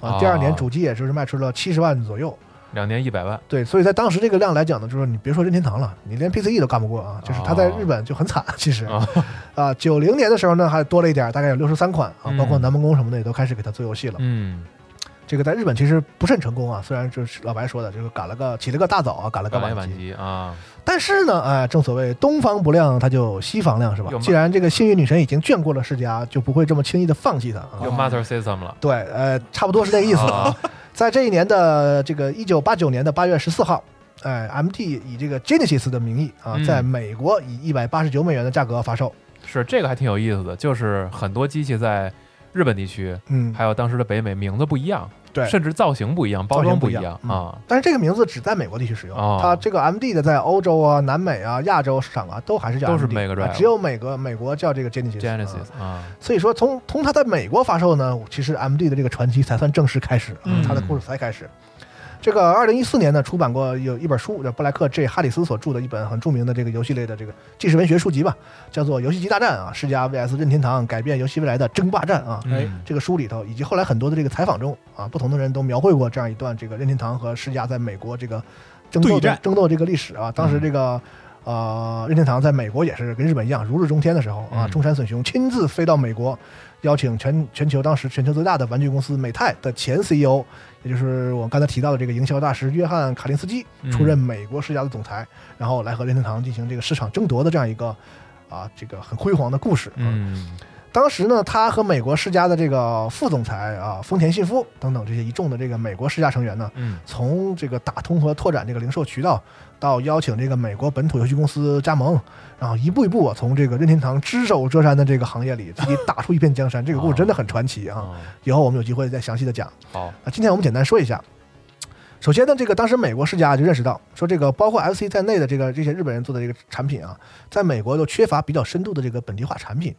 Speaker 3: 啊
Speaker 1: 啊。
Speaker 3: 第二年主机也就是卖出了七十万左右，
Speaker 1: 两年一百万，
Speaker 3: 对，所以在当时这个量来讲呢，就是你别说任天堂了，你连 PCE 都干不过啊，就是它
Speaker 1: 哦
Speaker 3: 在日本就很惨，其实
Speaker 1: 啊
Speaker 3: 啊，九零年的时候呢，还多了一点，大概有六十三款啊，
Speaker 1: 嗯
Speaker 3: 包括南梦宫什么的也都开始给它做游戏了。
Speaker 1: 嗯，
Speaker 3: 这个在日本其实不甚成功啊，虽然就是老白说的，就是赶了个起了个大早啊，赶了个
Speaker 1: 干嘛
Speaker 3: 晚
Speaker 1: 晚
Speaker 3: 集。
Speaker 1: 集啊，
Speaker 3: 但是呢，哎，正所谓东方不亮，它就西方亮，是吧
Speaker 1: 有？吗
Speaker 3: 既然这个幸运女神已经眷顾了世家，就不会这么轻易的放弃它啊
Speaker 1: 有。Master System 了，
Speaker 3: 对，呃，差不多是这个意思。
Speaker 1: 啊
Speaker 3: 在这一年的这个一九八九年的八月十四号，哎，MT 以这个 Genesis 的名义啊，
Speaker 1: 嗯
Speaker 3: 在美国以一百八十九美元的价格发售。
Speaker 1: 是这个还挺有意思的，就是很多机器在日本地区，
Speaker 3: 嗯，
Speaker 1: 还有当时的北美名字不一样，
Speaker 3: 对
Speaker 1: 甚至造型不一样，包装一样
Speaker 3: 造型不一样嗯
Speaker 1: 啊。
Speaker 3: 但是这个名字只在美国地区使用，
Speaker 1: 哦
Speaker 3: 它这个 MD 的在欧洲啊、南美啊、亚洲市场啊都还是叫 MD,
Speaker 1: 都是 Mega
Speaker 3: 啊
Speaker 1: Drive
Speaker 3: 只有美国美国叫这个 Genesis 啊
Speaker 1: Genesis 啊，
Speaker 3: 所以说从从它在美国发售呢，其实 MD 的这个传奇才算正式开始，
Speaker 2: 嗯
Speaker 3: 它的故事才开始。这个二零一四年呢，出版过有一本书，叫布莱克 J 哈里斯所著的一本很著名的这个游戏类的这个纪实文学书籍吧，叫做《游戏机大战》啊，世嘉 VS 任天堂改变游戏未来的争霸战啊。
Speaker 2: 哎
Speaker 1: 嗯
Speaker 3: 这个书里头，以及后来很多的这个采访中啊，不同的人都描绘过这样一段这个任天堂和世嘉在美国这个争斗
Speaker 2: 对战
Speaker 3: 的争斗这个历史啊。
Speaker 1: 嗯
Speaker 3: 当时这个、呃任天堂在美国也是跟日本一样如日中天的时候啊，
Speaker 1: 嗯
Speaker 3: 中山隼雄亲自飞到美国，邀请全全球当时全球最大的玩具公司美泰的前 CEO，也就是我刚才提到的这个营销大师约翰卡林斯基
Speaker 1: 嗯
Speaker 3: 出任美国世嘉的总裁，然后来和任天堂进行这个市场争夺的这样一个啊这个很辉煌的故事啊。
Speaker 1: 嗯
Speaker 3: 当时呢，他和美国世家的这个副总裁啊，丰田信夫等等这些一众的这个美国世家成员呢，
Speaker 1: 嗯
Speaker 3: 从这个打通和拓展这个零售渠道，到邀请这个美国本土游戏公司加盟，然后一步一步啊，从这个任天堂只手遮山的这个行业里，自己打出一片江山。这个故事真的很传奇啊！
Speaker 1: 啊，
Speaker 3: 以后我们有机会再详细的讲。
Speaker 1: 好，
Speaker 3: 啊，今天我们简单说一下。首先呢，这个当时美国世家就认识到，说这个包括 FC 在内的这个这些日本人做的这个产品啊，在美国都缺乏比较深度的这个本地化产品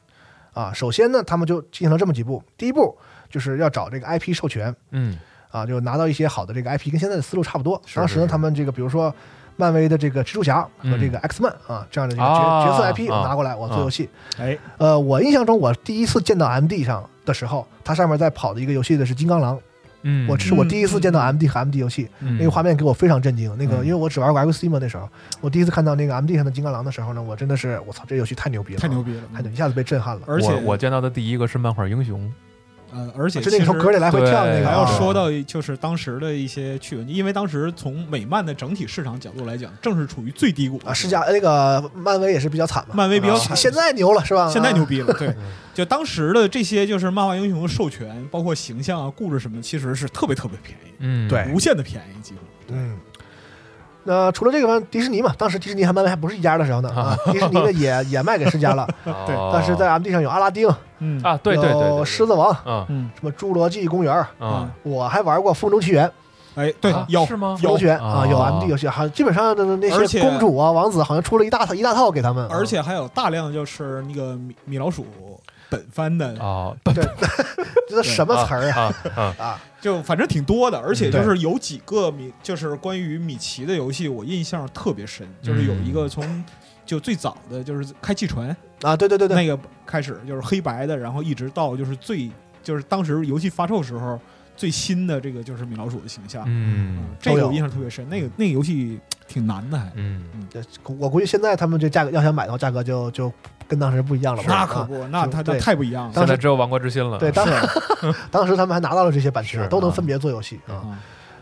Speaker 3: 啊。首先呢，他们就进行了这么几步：第一步就是要找这个 IP 授权
Speaker 1: 嗯
Speaker 3: 啊，就拿到一些好的这个 IP，跟现在的思路差不多。
Speaker 1: 是
Speaker 3: 当时呢，
Speaker 1: 是
Speaker 3: 他们这个比如说漫威的这个蜘蛛侠和这个 X Man 啊这样的这个角、角色
Speaker 1: 啊
Speaker 3: IP
Speaker 1: 啊
Speaker 3: 拿过来，我做
Speaker 1: 啊
Speaker 3: 游戏。
Speaker 2: 哎，
Speaker 3: 呃，我印象中我第一次见到 MD 上的时候，它上面在跑的一个游戏的是金刚狼。
Speaker 1: 嗯，
Speaker 3: 我这是我第一次见到 MD 和 MD 游戏，
Speaker 1: 嗯
Speaker 3: 那个画面给我非常震惊。那个
Speaker 1: 嗯
Speaker 3: 因为我只玩过 FC 嘛，那时候我第一次看到那个 MD 上的金刚狼的时候呢，我真的是我操，这游戏太牛逼了，
Speaker 2: 太牛，逼了，嗯
Speaker 3: 太牛，一下子被震撼了。
Speaker 2: 而且
Speaker 1: 我我见到的第一个是漫画英雄，
Speaker 2: 呃，而且
Speaker 3: 就那
Speaker 2: 其实
Speaker 3: 个从格啊里来回跳那
Speaker 1: 对
Speaker 3: 个，
Speaker 2: 还
Speaker 1: 啊
Speaker 2: 要说到就是当时的一些趣闻，因为当时从美漫的整体市场角度来讲，正是处于最低谷
Speaker 3: 啊，世
Speaker 2: 家
Speaker 3: 嘉那个漫威也是比较惨嘛，
Speaker 2: 漫威比较惨
Speaker 3: 啊现在牛了是吧？
Speaker 2: 现在
Speaker 3: 啊
Speaker 2: 牛，逼了，对
Speaker 1: 嗯，
Speaker 2: 就当时的这些就是漫画英雄的授权，包括形象啊、故事什么，其实是特别特别便宜，
Speaker 1: 嗯，
Speaker 3: 对
Speaker 2: 无限的便宜，几乎。
Speaker 3: 嗯。那除了这个，迪士尼嘛，当时迪士尼和漫威还不是一家的时候呢啊，迪士尼的 也也卖给世嘉了，
Speaker 2: 对
Speaker 1: 哦，
Speaker 3: 但是在 MD 上有阿拉丁，
Speaker 2: 嗯
Speaker 1: 啊，对对对对，
Speaker 3: 有
Speaker 1: 对
Speaker 3: 狮子王，
Speaker 1: 嗯
Speaker 2: 嗯
Speaker 3: 什么侏罗纪公园，
Speaker 1: 嗯，
Speaker 3: 我还玩过《风中奇缘》。
Speaker 2: 哎，对
Speaker 1: 啊，
Speaker 2: 有
Speaker 1: 是吗
Speaker 3: 《风
Speaker 2: 有
Speaker 3: 中，园》啊，
Speaker 1: 哦
Speaker 3: 有 MD 游戏，还基本上的那
Speaker 2: 而
Speaker 3: 些
Speaker 2: 且
Speaker 3: 公主啊、王子好像出了一大套一大套给他们，啊
Speaker 2: 而且还有大量就是那个米米老鼠本番的，
Speaker 1: 哦，
Speaker 3: 这都什么词儿啊
Speaker 1: 啊啊，
Speaker 3: 啊？
Speaker 2: 就反正挺多的，而且就是有几个米，就是关于米奇的游戏，我印象特别深，就是有一个从就最早的就是开汽船
Speaker 3: 啊，对对对对，
Speaker 2: 那个开始，就是黑白的，然后一直到就是最就是当时游戏发售时候最新的这个就是米老鼠的形 象，
Speaker 1: 嗯
Speaker 2: 这
Speaker 3: 都
Speaker 2: 个
Speaker 3: 有
Speaker 2: 我印象特别深，那个那个游戏挺难的还。
Speaker 1: 嗯，
Speaker 3: 这我估计现在他们这价格要想买的话，价格就就跟当时不一样了吧？
Speaker 2: 那可
Speaker 3: 啊。
Speaker 2: 不，那
Speaker 3: 就
Speaker 2: 它
Speaker 3: 对
Speaker 2: 那太不一样了。
Speaker 1: 现在只有王国之心了，
Speaker 3: 对， 当当时他们还拿到了这些版权，
Speaker 1: 啊是
Speaker 3: 都能
Speaker 1: 啊
Speaker 3: 分别做游戏啊。
Speaker 2: 啊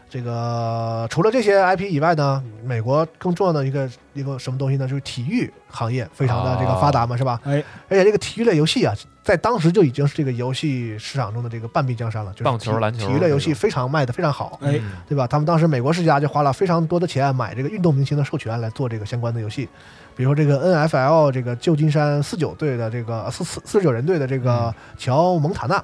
Speaker 3: 这个除了这些 IP 以外呢，美国更重要的一个一个什么东西呢？就是体育行业非常的这个发达
Speaker 1: 啊
Speaker 3: 嘛，是吧？
Speaker 2: 哎，
Speaker 3: 而且这个体育类游戏啊，在当时就已经是这个游戏市场中的这个半壁江山了，就是
Speaker 1: 棒球
Speaker 3: 体
Speaker 1: 篮球
Speaker 3: 体育类游
Speaker 1: 这
Speaker 3: 戏
Speaker 1: 种
Speaker 3: 非常卖的非常好。
Speaker 2: 哎
Speaker 1: 嗯
Speaker 3: 对吧？他们当时美国世家就花了非常多的钱买这个运动明星的授权来做这个相关的游戏，比如说这个 NFL 这个旧金山四九队的这个四四四十九人队的这个乔蒙塔纳。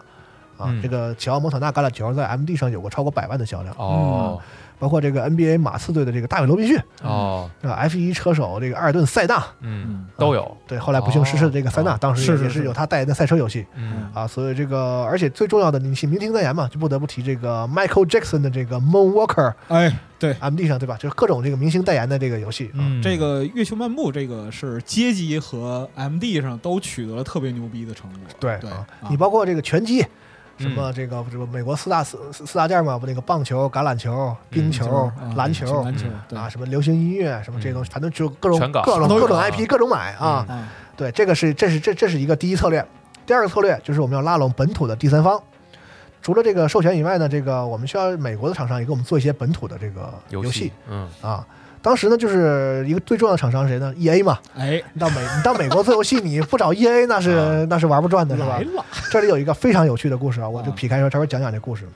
Speaker 3: 啊
Speaker 1: 嗯，
Speaker 3: 这个乔蒙塔纳橄榄球在 MD 上有过超过百万的销量，
Speaker 1: 哦
Speaker 3: 包括这个 NBA 马刺队的这个大卫罗宾逊
Speaker 1: 哦，
Speaker 3: 啊，F 1车手这个阿尔顿塞纳，
Speaker 1: 嗯
Speaker 2: 嗯，
Speaker 1: 都有，
Speaker 3: 对，后来不幸逝世的这个塞纳，
Speaker 1: 哦
Speaker 3: 当时
Speaker 2: 是
Speaker 3: 也
Speaker 2: 是
Speaker 3: 也是
Speaker 2: 是
Speaker 3: 有他代言的赛车游戏
Speaker 1: 嗯，
Speaker 3: 啊，所以这个而且最重要的，你明听代言嘛，就不得不提这个 Michael Jackson 的这个 Moonwalker
Speaker 2: 哎，对，
Speaker 3: MD 上对吧？就是各种这个明星代言的这个游戏啊，
Speaker 1: 嗯
Speaker 2: 这个《月球漫步》这个是街机和 MD 上都取得了特别牛逼的成果。
Speaker 3: 对
Speaker 2: 对
Speaker 3: 啊，
Speaker 2: 啊
Speaker 3: 你包括这个拳击，
Speaker 1: 嗯
Speaker 3: 什么这个什么美国四大四四四大件嘛，不那个棒球、橄榄
Speaker 1: 嗯
Speaker 3: 球、冰球、
Speaker 2: 啊
Speaker 3: 篮球
Speaker 2: 篮球对
Speaker 3: 啊，什么流行音乐什么这些东西，反正就各种
Speaker 1: 嗯全搞
Speaker 3: 各种
Speaker 1: 全都有
Speaker 3: 各种
Speaker 1: 啊
Speaker 3: IP 各种买啊。
Speaker 2: 啊，
Speaker 3: 对，这个是这是这这是一个第一策略，第二个策略就是我们要拉拢本土的第三方。除了这个授权以外呢，这个我们需要美国的厂商也给我们做一些本土的这个游
Speaker 1: 游戏，嗯，
Speaker 3: 啊。当时呢，就是一个最重要的厂商是谁呢？E A 嘛，
Speaker 2: 哎，
Speaker 3: 你到美 你到美国做游戏，你不找 E A 那是、
Speaker 1: 啊
Speaker 3: 那是玩不转的，是吧？
Speaker 2: 来 了，
Speaker 3: 这里有一个非常有趣的故事啊，我就
Speaker 2: 啊
Speaker 3: 劈开说，稍微讲讲这故事。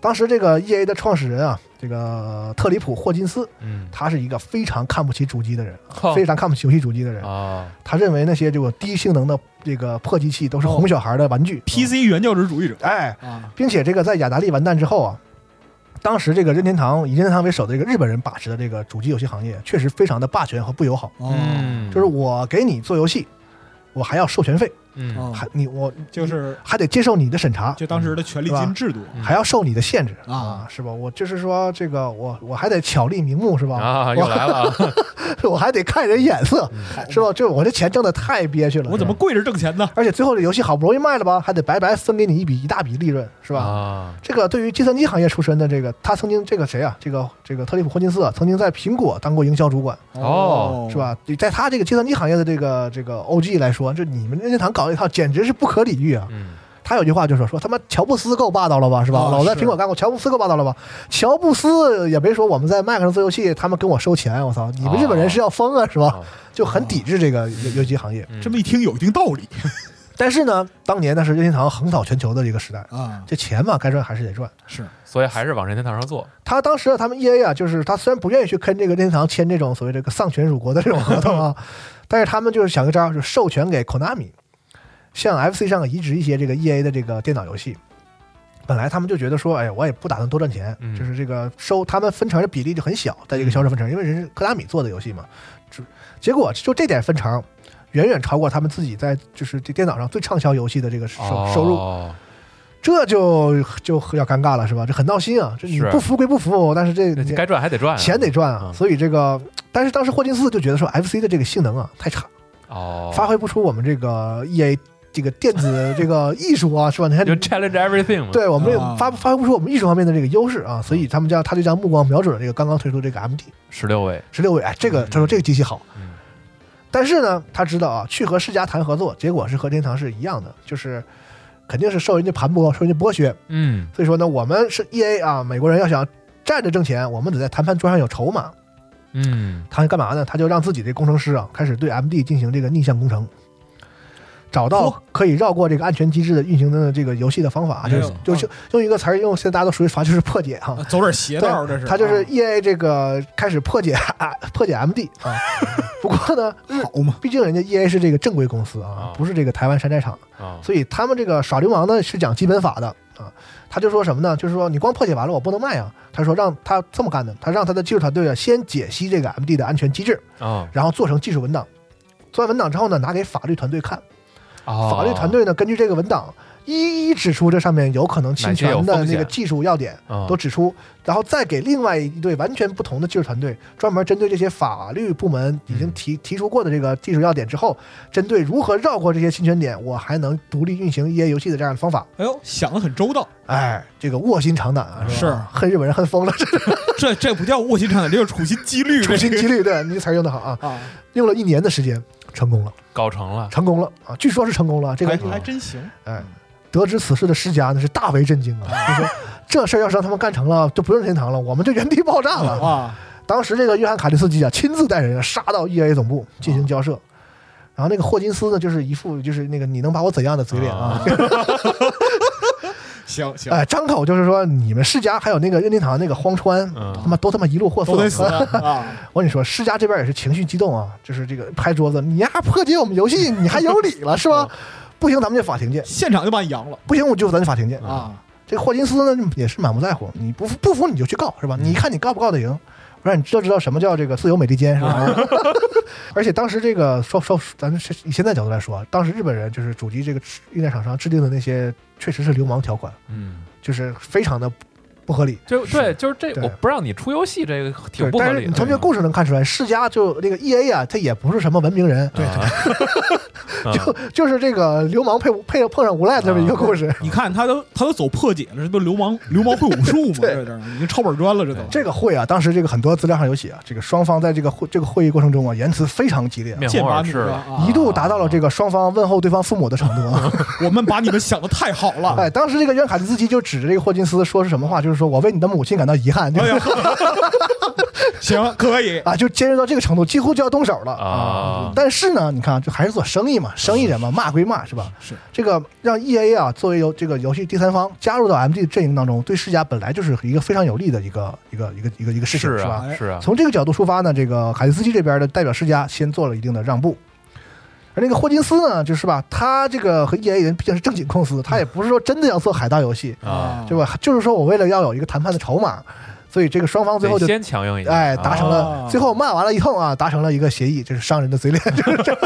Speaker 3: 当时这个 E A 的创始人啊，这个特里普霍金斯，
Speaker 1: 嗯
Speaker 3: 他是一个非常看不起主机的人，
Speaker 1: 哼
Speaker 3: 非常看不起游戏主机的人。
Speaker 1: 哦啊，
Speaker 3: 他认为那些这个低性能的这个破机器都是哄小孩的玩具。
Speaker 2: ，PC 原教旨主义者
Speaker 3: 哎，
Speaker 2: 啊，
Speaker 3: 并且这个在雅达利完蛋之后啊，当时这个任天堂以任天堂为首的这个日本人把持的这个主机游戏行业，确实非常的霸权和不友好。
Speaker 2: 哦，
Speaker 1: 嗯，
Speaker 3: 就是我给你做游戏，我还要授权费，
Speaker 1: 嗯
Speaker 2: 哦
Speaker 3: 还你我
Speaker 2: 就是
Speaker 3: 还得接受你的审查，
Speaker 2: 就当时的权利
Speaker 3: 嗯是吧
Speaker 2: 金制度，
Speaker 1: 嗯
Speaker 3: 还要受你的限制
Speaker 2: 啊
Speaker 3: 啊，是吧？我就是说这个我我还得巧立名目是吧？
Speaker 1: 啊，又来了啊，
Speaker 3: 我还得看人眼色
Speaker 1: 嗯
Speaker 3: 是吧？这我这钱挣的太憋屈了，
Speaker 2: 我怎么啊
Speaker 3: 是吧？
Speaker 2: 跪着挣钱呢？
Speaker 3: 而且最后这游戏好不容易卖了吧，还得白白分给你一笔一大笔利润是吧？
Speaker 1: 啊，
Speaker 3: 这个对于计算机行业出身的这个，他曾经这个谁啊，这个这个特里普霍金斯啊，曾经在苹果当过营销主管，
Speaker 1: 哦
Speaker 3: 是？吧？在他这个计算机行业的这个这个 OG 来说，就你们任天堂搞一套简直是不可理喻啊！
Speaker 1: 嗯
Speaker 3: 他有句话就说说他妈乔布斯够霸道了吧，是吧？
Speaker 2: 哦
Speaker 3: 老在
Speaker 2: 是
Speaker 3: 苹果干过，乔布斯够霸道了吧？乔布斯也没说我们在 Mac 上做游戏，他们跟我收钱，我操！你们日本人是要疯啊，是吧？
Speaker 1: 哦
Speaker 3: 就很抵制这个游游戏行业。
Speaker 1: 嗯
Speaker 2: 这么一听有一定道理
Speaker 3: 但是呢，当年那是任天堂横扫全球的一个时代，
Speaker 2: 啊，
Speaker 3: 这钱嘛该赚还是得赚。
Speaker 2: 是啊
Speaker 1: 所以还是往任天堂上做，
Speaker 3: 他当时啊他们 E A 啊，就是他虽然不愿意去跟这个任天堂签这种所谓这个丧权辱国的这种合同 啊，但是他们就是想个招儿，就授权给 Konami，向 F C 上移植一些这个 E A 的这个电脑游戏。本来他们就觉得说，哎，我也不打算多赚钱，
Speaker 1: 嗯
Speaker 3: 就是这个收他们分成的比例就很小，在这个销售分成，因为人是科达米做的游戏嘛。只结果就这点分成，远远超过他们自己在就是这电脑上最畅销游戏的这个收、收入。
Speaker 1: 哦
Speaker 3: 这就就要尴尬了，是吧？这很闹心啊！这你
Speaker 1: 是
Speaker 3: 不服归不服，但是这
Speaker 1: 那该赚还得赚啊，
Speaker 3: 钱得赚啊。
Speaker 1: 嗯
Speaker 3: 所以这个，但是当时霍金斯就觉得说，FC 的这个性能啊太差，
Speaker 1: 哦，
Speaker 3: 发挥不出我们这个 EA 这个电子这个艺术啊，是吧？你看
Speaker 1: 就，challenge everything 嘛，
Speaker 3: 对我们这
Speaker 2: 啊
Speaker 3: 个发发挥不出我们艺术方面的这个优势
Speaker 1: 嗯
Speaker 3: 啊，所以他们将他就将目光瞄准了这个刚刚推出这个 MD
Speaker 1: 十六位，
Speaker 3: 十六位，哎，这个
Speaker 1: 嗯
Speaker 3: 他说这个机器好。
Speaker 1: 嗯
Speaker 3: 但是呢，他知道啊，去和世嘉谈合作，结果是和天堂是一样的，就是肯定是受人家盘剥，受人家剥削。
Speaker 1: 嗯
Speaker 3: 所以说呢，我们是 E A 啊，美国人要想站着挣钱，我们得在谈判桌上有筹码。
Speaker 1: 嗯
Speaker 3: 他干嘛呢？他就让自己的工程师啊，开始对 M D 进行这个逆向工程，找
Speaker 2: 嚯
Speaker 3: 到可以绕过这个安全机制的运行的这个游戏的方法，啊就
Speaker 2: 哎
Speaker 3: 是
Speaker 2: 呦
Speaker 3: 就就用一个词儿，用现在大家都熟悉法，就是破解哈、
Speaker 2: 走点邪道，这是
Speaker 3: 他就是
Speaker 2: 啊
Speaker 3: E A 这个开始破解、啊、破解 M D 啊。 不过呢，
Speaker 2: 啊好嘛，
Speaker 3: 毕竟人家 E A 是这个正规公司啊
Speaker 1: 啊，
Speaker 3: 不是这个台湾山寨厂。
Speaker 1: 啊，
Speaker 3: 所以他们这个耍流氓呢是讲基本法的啊。他就说什么呢？就是说你光破解完了我不能卖啊。他说让他这么干的，他让他的技术团队啊先解析这个 MD 的安全机制，
Speaker 1: 啊，
Speaker 3: 然后做成技术文档。做完文档之后呢，拿给法律团队看。
Speaker 1: 法
Speaker 3: 法律团队呢根据这个文档一一指出这上面有可能侵权
Speaker 1: 哪些有
Speaker 3: 的
Speaker 1: 风
Speaker 3: 那
Speaker 1: 险
Speaker 3: 个技术要点，
Speaker 1: 都
Speaker 3: 都指出，然后再给另外一队完全不同的技术团队，专门针对这些法律部门已经提提出过的这个技术要点之后，针对如何绕过这些侵权点，我还能独立运行 EA 游戏的这样的方法。
Speaker 2: 哎呦，想的很周到，
Speaker 3: 哎，这个卧薪尝胆啊，
Speaker 2: 是
Speaker 3: 吧恨日本人恨疯了，这
Speaker 2: 这这不叫卧薪尝胆，这叫处心积虑，
Speaker 3: 处心积
Speaker 2: 虑
Speaker 3: 虑，对你这词儿用的好啊，
Speaker 2: 啊，
Speaker 3: 用了一年的时间，成功了，
Speaker 1: 搞成了，
Speaker 3: 成功了啊！据说是成功了，这
Speaker 2: 还
Speaker 3: 个
Speaker 2: 还真行，
Speaker 3: 哎，得知此事的世家呢是大为震惊啊，就说这事儿要是让他们干成了，就不用任天堂了，我们就原地爆炸了。
Speaker 2: 啊，
Speaker 3: 当时这个约翰卡利斯基啊，亲自带人啊杀到 EA 总部进行交涉。然后那个霍金斯呢，就是一副就是那个你能把我怎样的嘴脸 啊？
Speaker 2: 行行，
Speaker 3: 哎，张口就是说你们世家还有那个任天堂那个荒川，
Speaker 1: 嗯
Speaker 3: 他妈都他妈一路货色
Speaker 2: 都得死啊，
Speaker 3: 我跟你说，世家这边也是情绪激动啊，就是这个拍桌子，你呀破解我们游戏，你还有理了是吧？不行，咱们就法庭见；
Speaker 2: 现场就把你扬了
Speaker 3: 不行，我就咱就法庭见。
Speaker 2: 啊，
Speaker 3: 这个霍金斯呢也是满不在乎，你不服不服你就去告是吧？
Speaker 1: 嗯
Speaker 3: 你看你告不告得赢？我让你知道知道什么叫这个自由美利坚是
Speaker 1: 啊
Speaker 3: 吧？ 而且当时这个说说，咱们是以现在角度来说，啊当时日本人就是主机这个硬件厂商制定的那些确实是流氓条款，
Speaker 1: 嗯，
Speaker 3: 就是非常的不合理。
Speaker 1: 就对，就是这，
Speaker 3: 对
Speaker 1: 我不让你出游戏，这个挺
Speaker 3: 对
Speaker 1: 不合
Speaker 3: 但是
Speaker 1: 理
Speaker 3: 你
Speaker 1: 的。嗯
Speaker 3: 从这个故事能看出来，世嘉就那个 E A 啊，他也不是什么文明人，
Speaker 1: 对，啊就
Speaker 3: 啊 就是这个流氓配配碰上无赖这么一
Speaker 1: 啊
Speaker 3: 个故事。
Speaker 2: 你看他都他都走破解了，这不流氓流氓会武术 吗？这这已经抄本砖了，这都
Speaker 3: 这个会啊，当时这个很多资料上有写啊，这个双方在这个会这个会议过程中啊，言辞非常激烈啊，
Speaker 1: 面
Speaker 2: 剑
Speaker 1: 红
Speaker 2: 拔
Speaker 1: 耳
Speaker 2: 弩
Speaker 1: 赤
Speaker 2: 张
Speaker 1: 了
Speaker 2: 啊
Speaker 3: 一度达到了这个双方问候对方父母的程度啊。哎
Speaker 2: 我们把你们想的太好了，
Speaker 3: 哎，当时这个约翰卡利斯基就指着这个霍金斯说是什么话，就是就是说我为你的母亲感到遗憾，就
Speaker 2: 哎
Speaker 3: 是
Speaker 2: 呀，行，可以，
Speaker 3: 啊，就尖锐到这个程度，几乎就要动手了
Speaker 1: 啊
Speaker 3: 但是呢，你看啊，这还是做生意嘛，生意人嘛，骂归骂，是吧？
Speaker 2: 是
Speaker 3: 这个让 E A 啊作为游这个游戏第三方加入到 M G 阵营当中，对世嘉本来就是一个非常有利的一个一个一个一个一个事情，
Speaker 1: 是
Speaker 3: 吧？
Speaker 1: 啊，是啊，
Speaker 3: 从这个角度出发呢，这个凯斯基这边的代表世家先做了一定的让步，而那个霍金斯呢，就是吧，他这个和 EA 人毕竟是正经公司，他也不是说真的要做海盗游戏，
Speaker 1: 啊，
Speaker 3: 对吧？就是说我为了要有一个谈判的筹码，所以这个双方最后
Speaker 1: 得
Speaker 3: 就
Speaker 1: 先强硬一点，
Speaker 3: 哎达成了，
Speaker 2: 啊
Speaker 3: 最后骂完了以后啊，达成了一个协议，就是商人的嘴脸， 就是这样。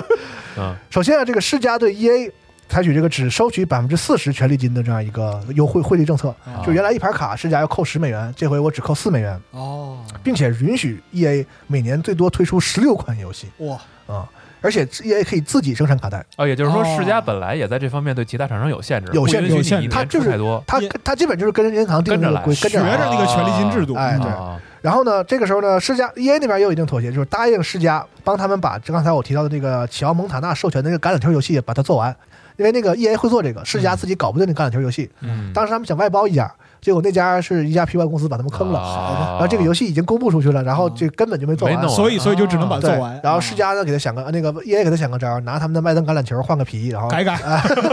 Speaker 1: 嗯
Speaker 3: 首先啊，这个世家对 EA 采取这个只收取百分之四十权利金的这样一个优惠汇率政策，
Speaker 2: 啊
Speaker 3: 就原来一盘卡世家要扣十美元，这回我只扣四美元。
Speaker 2: 哦，
Speaker 3: 并且允许 EA 每年最多推出十六款游戏
Speaker 2: 哇，
Speaker 3: 啊、而且 EA 可以自己生产卡带，
Speaker 1: 哦，也就是说，世嘉
Speaker 2: 哦
Speaker 1: 本来也在这方面对其他厂商有限制，
Speaker 3: 有限
Speaker 1: 不允许你一
Speaker 2: 有限制
Speaker 3: 它
Speaker 1: 年
Speaker 3: 就
Speaker 1: 出
Speaker 3: 是
Speaker 1: 太多。
Speaker 3: 它
Speaker 2: 也
Speaker 3: 它基本就是跟任天堂定的
Speaker 1: 跟着来
Speaker 3: 规，跟
Speaker 2: 学
Speaker 3: 着来。
Speaker 2: 着那个权力金制度，
Speaker 3: 哎对
Speaker 1: 啊
Speaker 3: 然后呢，这个时候呢，世嘉 EA 那边也有一定妥协，就是答应世嘉帮他们把刚才我提到的这个乔蒙塔纳授权的那个橄榄球游戏也把它做完，因为那个 EA 会做这个，世嘉自己搞不定那橄榄球游戏，
Speaker 1: 嗯，
Speaker 3: 当时他们想外包一家，结果那家是一家 PY 公司把他们坑了。
Speaker 1: 啊
Speaker 3: 然后这个游戏已经公布出去了，然后这根本就没做完，
Speaker 1: 没弄完
Speaker 2: 所以所以就只能把它
Speaker 3: 对，
Speaker 2: 啊做完，
Speaker 3: 然后世嘉呢给他想个啊那个 EA 给他想个招儿，拿他们的麦登橄榄球换个皮，然后
Speaker 2: 改改，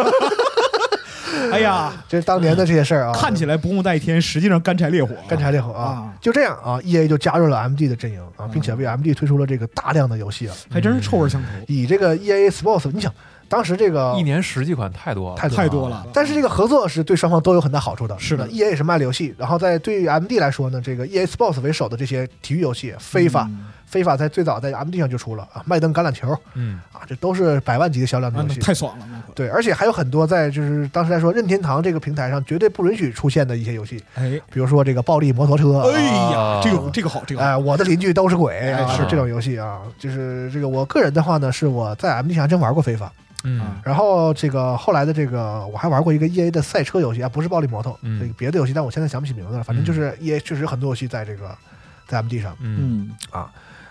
Speaker 2: 哎呀，
Speaker 3: 这是当年的这些事儿啊，
Speaker 2: 看起来不共戴天，实际上干柴烈火，
Speaker 3: 干柴烈火啊
Speaker 2: 啊，嗯
Speaker 3: 就这样啊，EA 就加入了 MG 的阵营啊，并且为 MG 推出了这个大量的游戏啊，
Speaker 2: 还真是臭味相投，
Speaker 3: 以这个 EA Sports，你想当时这个
Speaker 1: 一年十几款太多了，
Speaker 3: 太
Speaker 2: 太多了，
Speaker 3: 啊但是这个合作是对双方都有很大好处的。
Speaker 2: 是的
Speaker 3: 那，EA 也是卖了游戏，然后在对于 MD 来说呢，这个 EA Sports 为首的这些体育游戏，非法、
Speaker 2: 嗯
Speaker 3: 非法在最早在 MD 上就出了啊，麦登橄榄球
Speaker 1: 嗯
Speaker 3: 啊，这都嗯是百万级的销量的
Speaker 2: 啊
Speaker 3: 游
Speaker 2: 那
Speaker 3: 戏，
Speaker 2: 太爽了，那可，
Speaker 3: 对，而且还有很多在就是当时来说，任天堂这个平台上绝对不允许出现的一些游戏，
Speaker 2: 哎，
Speaker 3: 比如说这个暴力摩托车，
Speaker 2: 哎
Speaker 3: 啊
Speaker 2: 呀，这个这个好，这个好
Speaker 3: 哎，我的邻居都是鬼，啊
Speaker 2: 哎
Speaker 1: 是
Speaker 3: 这种游戏啊。就是这个我个人的话呢，是我在 MD 上还真玩过非法，
Speaker 1: 嗯
Speaker 2: 啊，
Speaker 3: 然后这个后来的这个我还玩过一个 EA 的赛车游戏啊，不是暴力摩托，
Speaker 1: 嗯
Speaker 3: 这个别的游戏，但我现在想不起名字了。反正就是 EA 确实有很多游戏在这个在 MD 上。
Speaker 1: 嗯
Speaker 2: 嗯，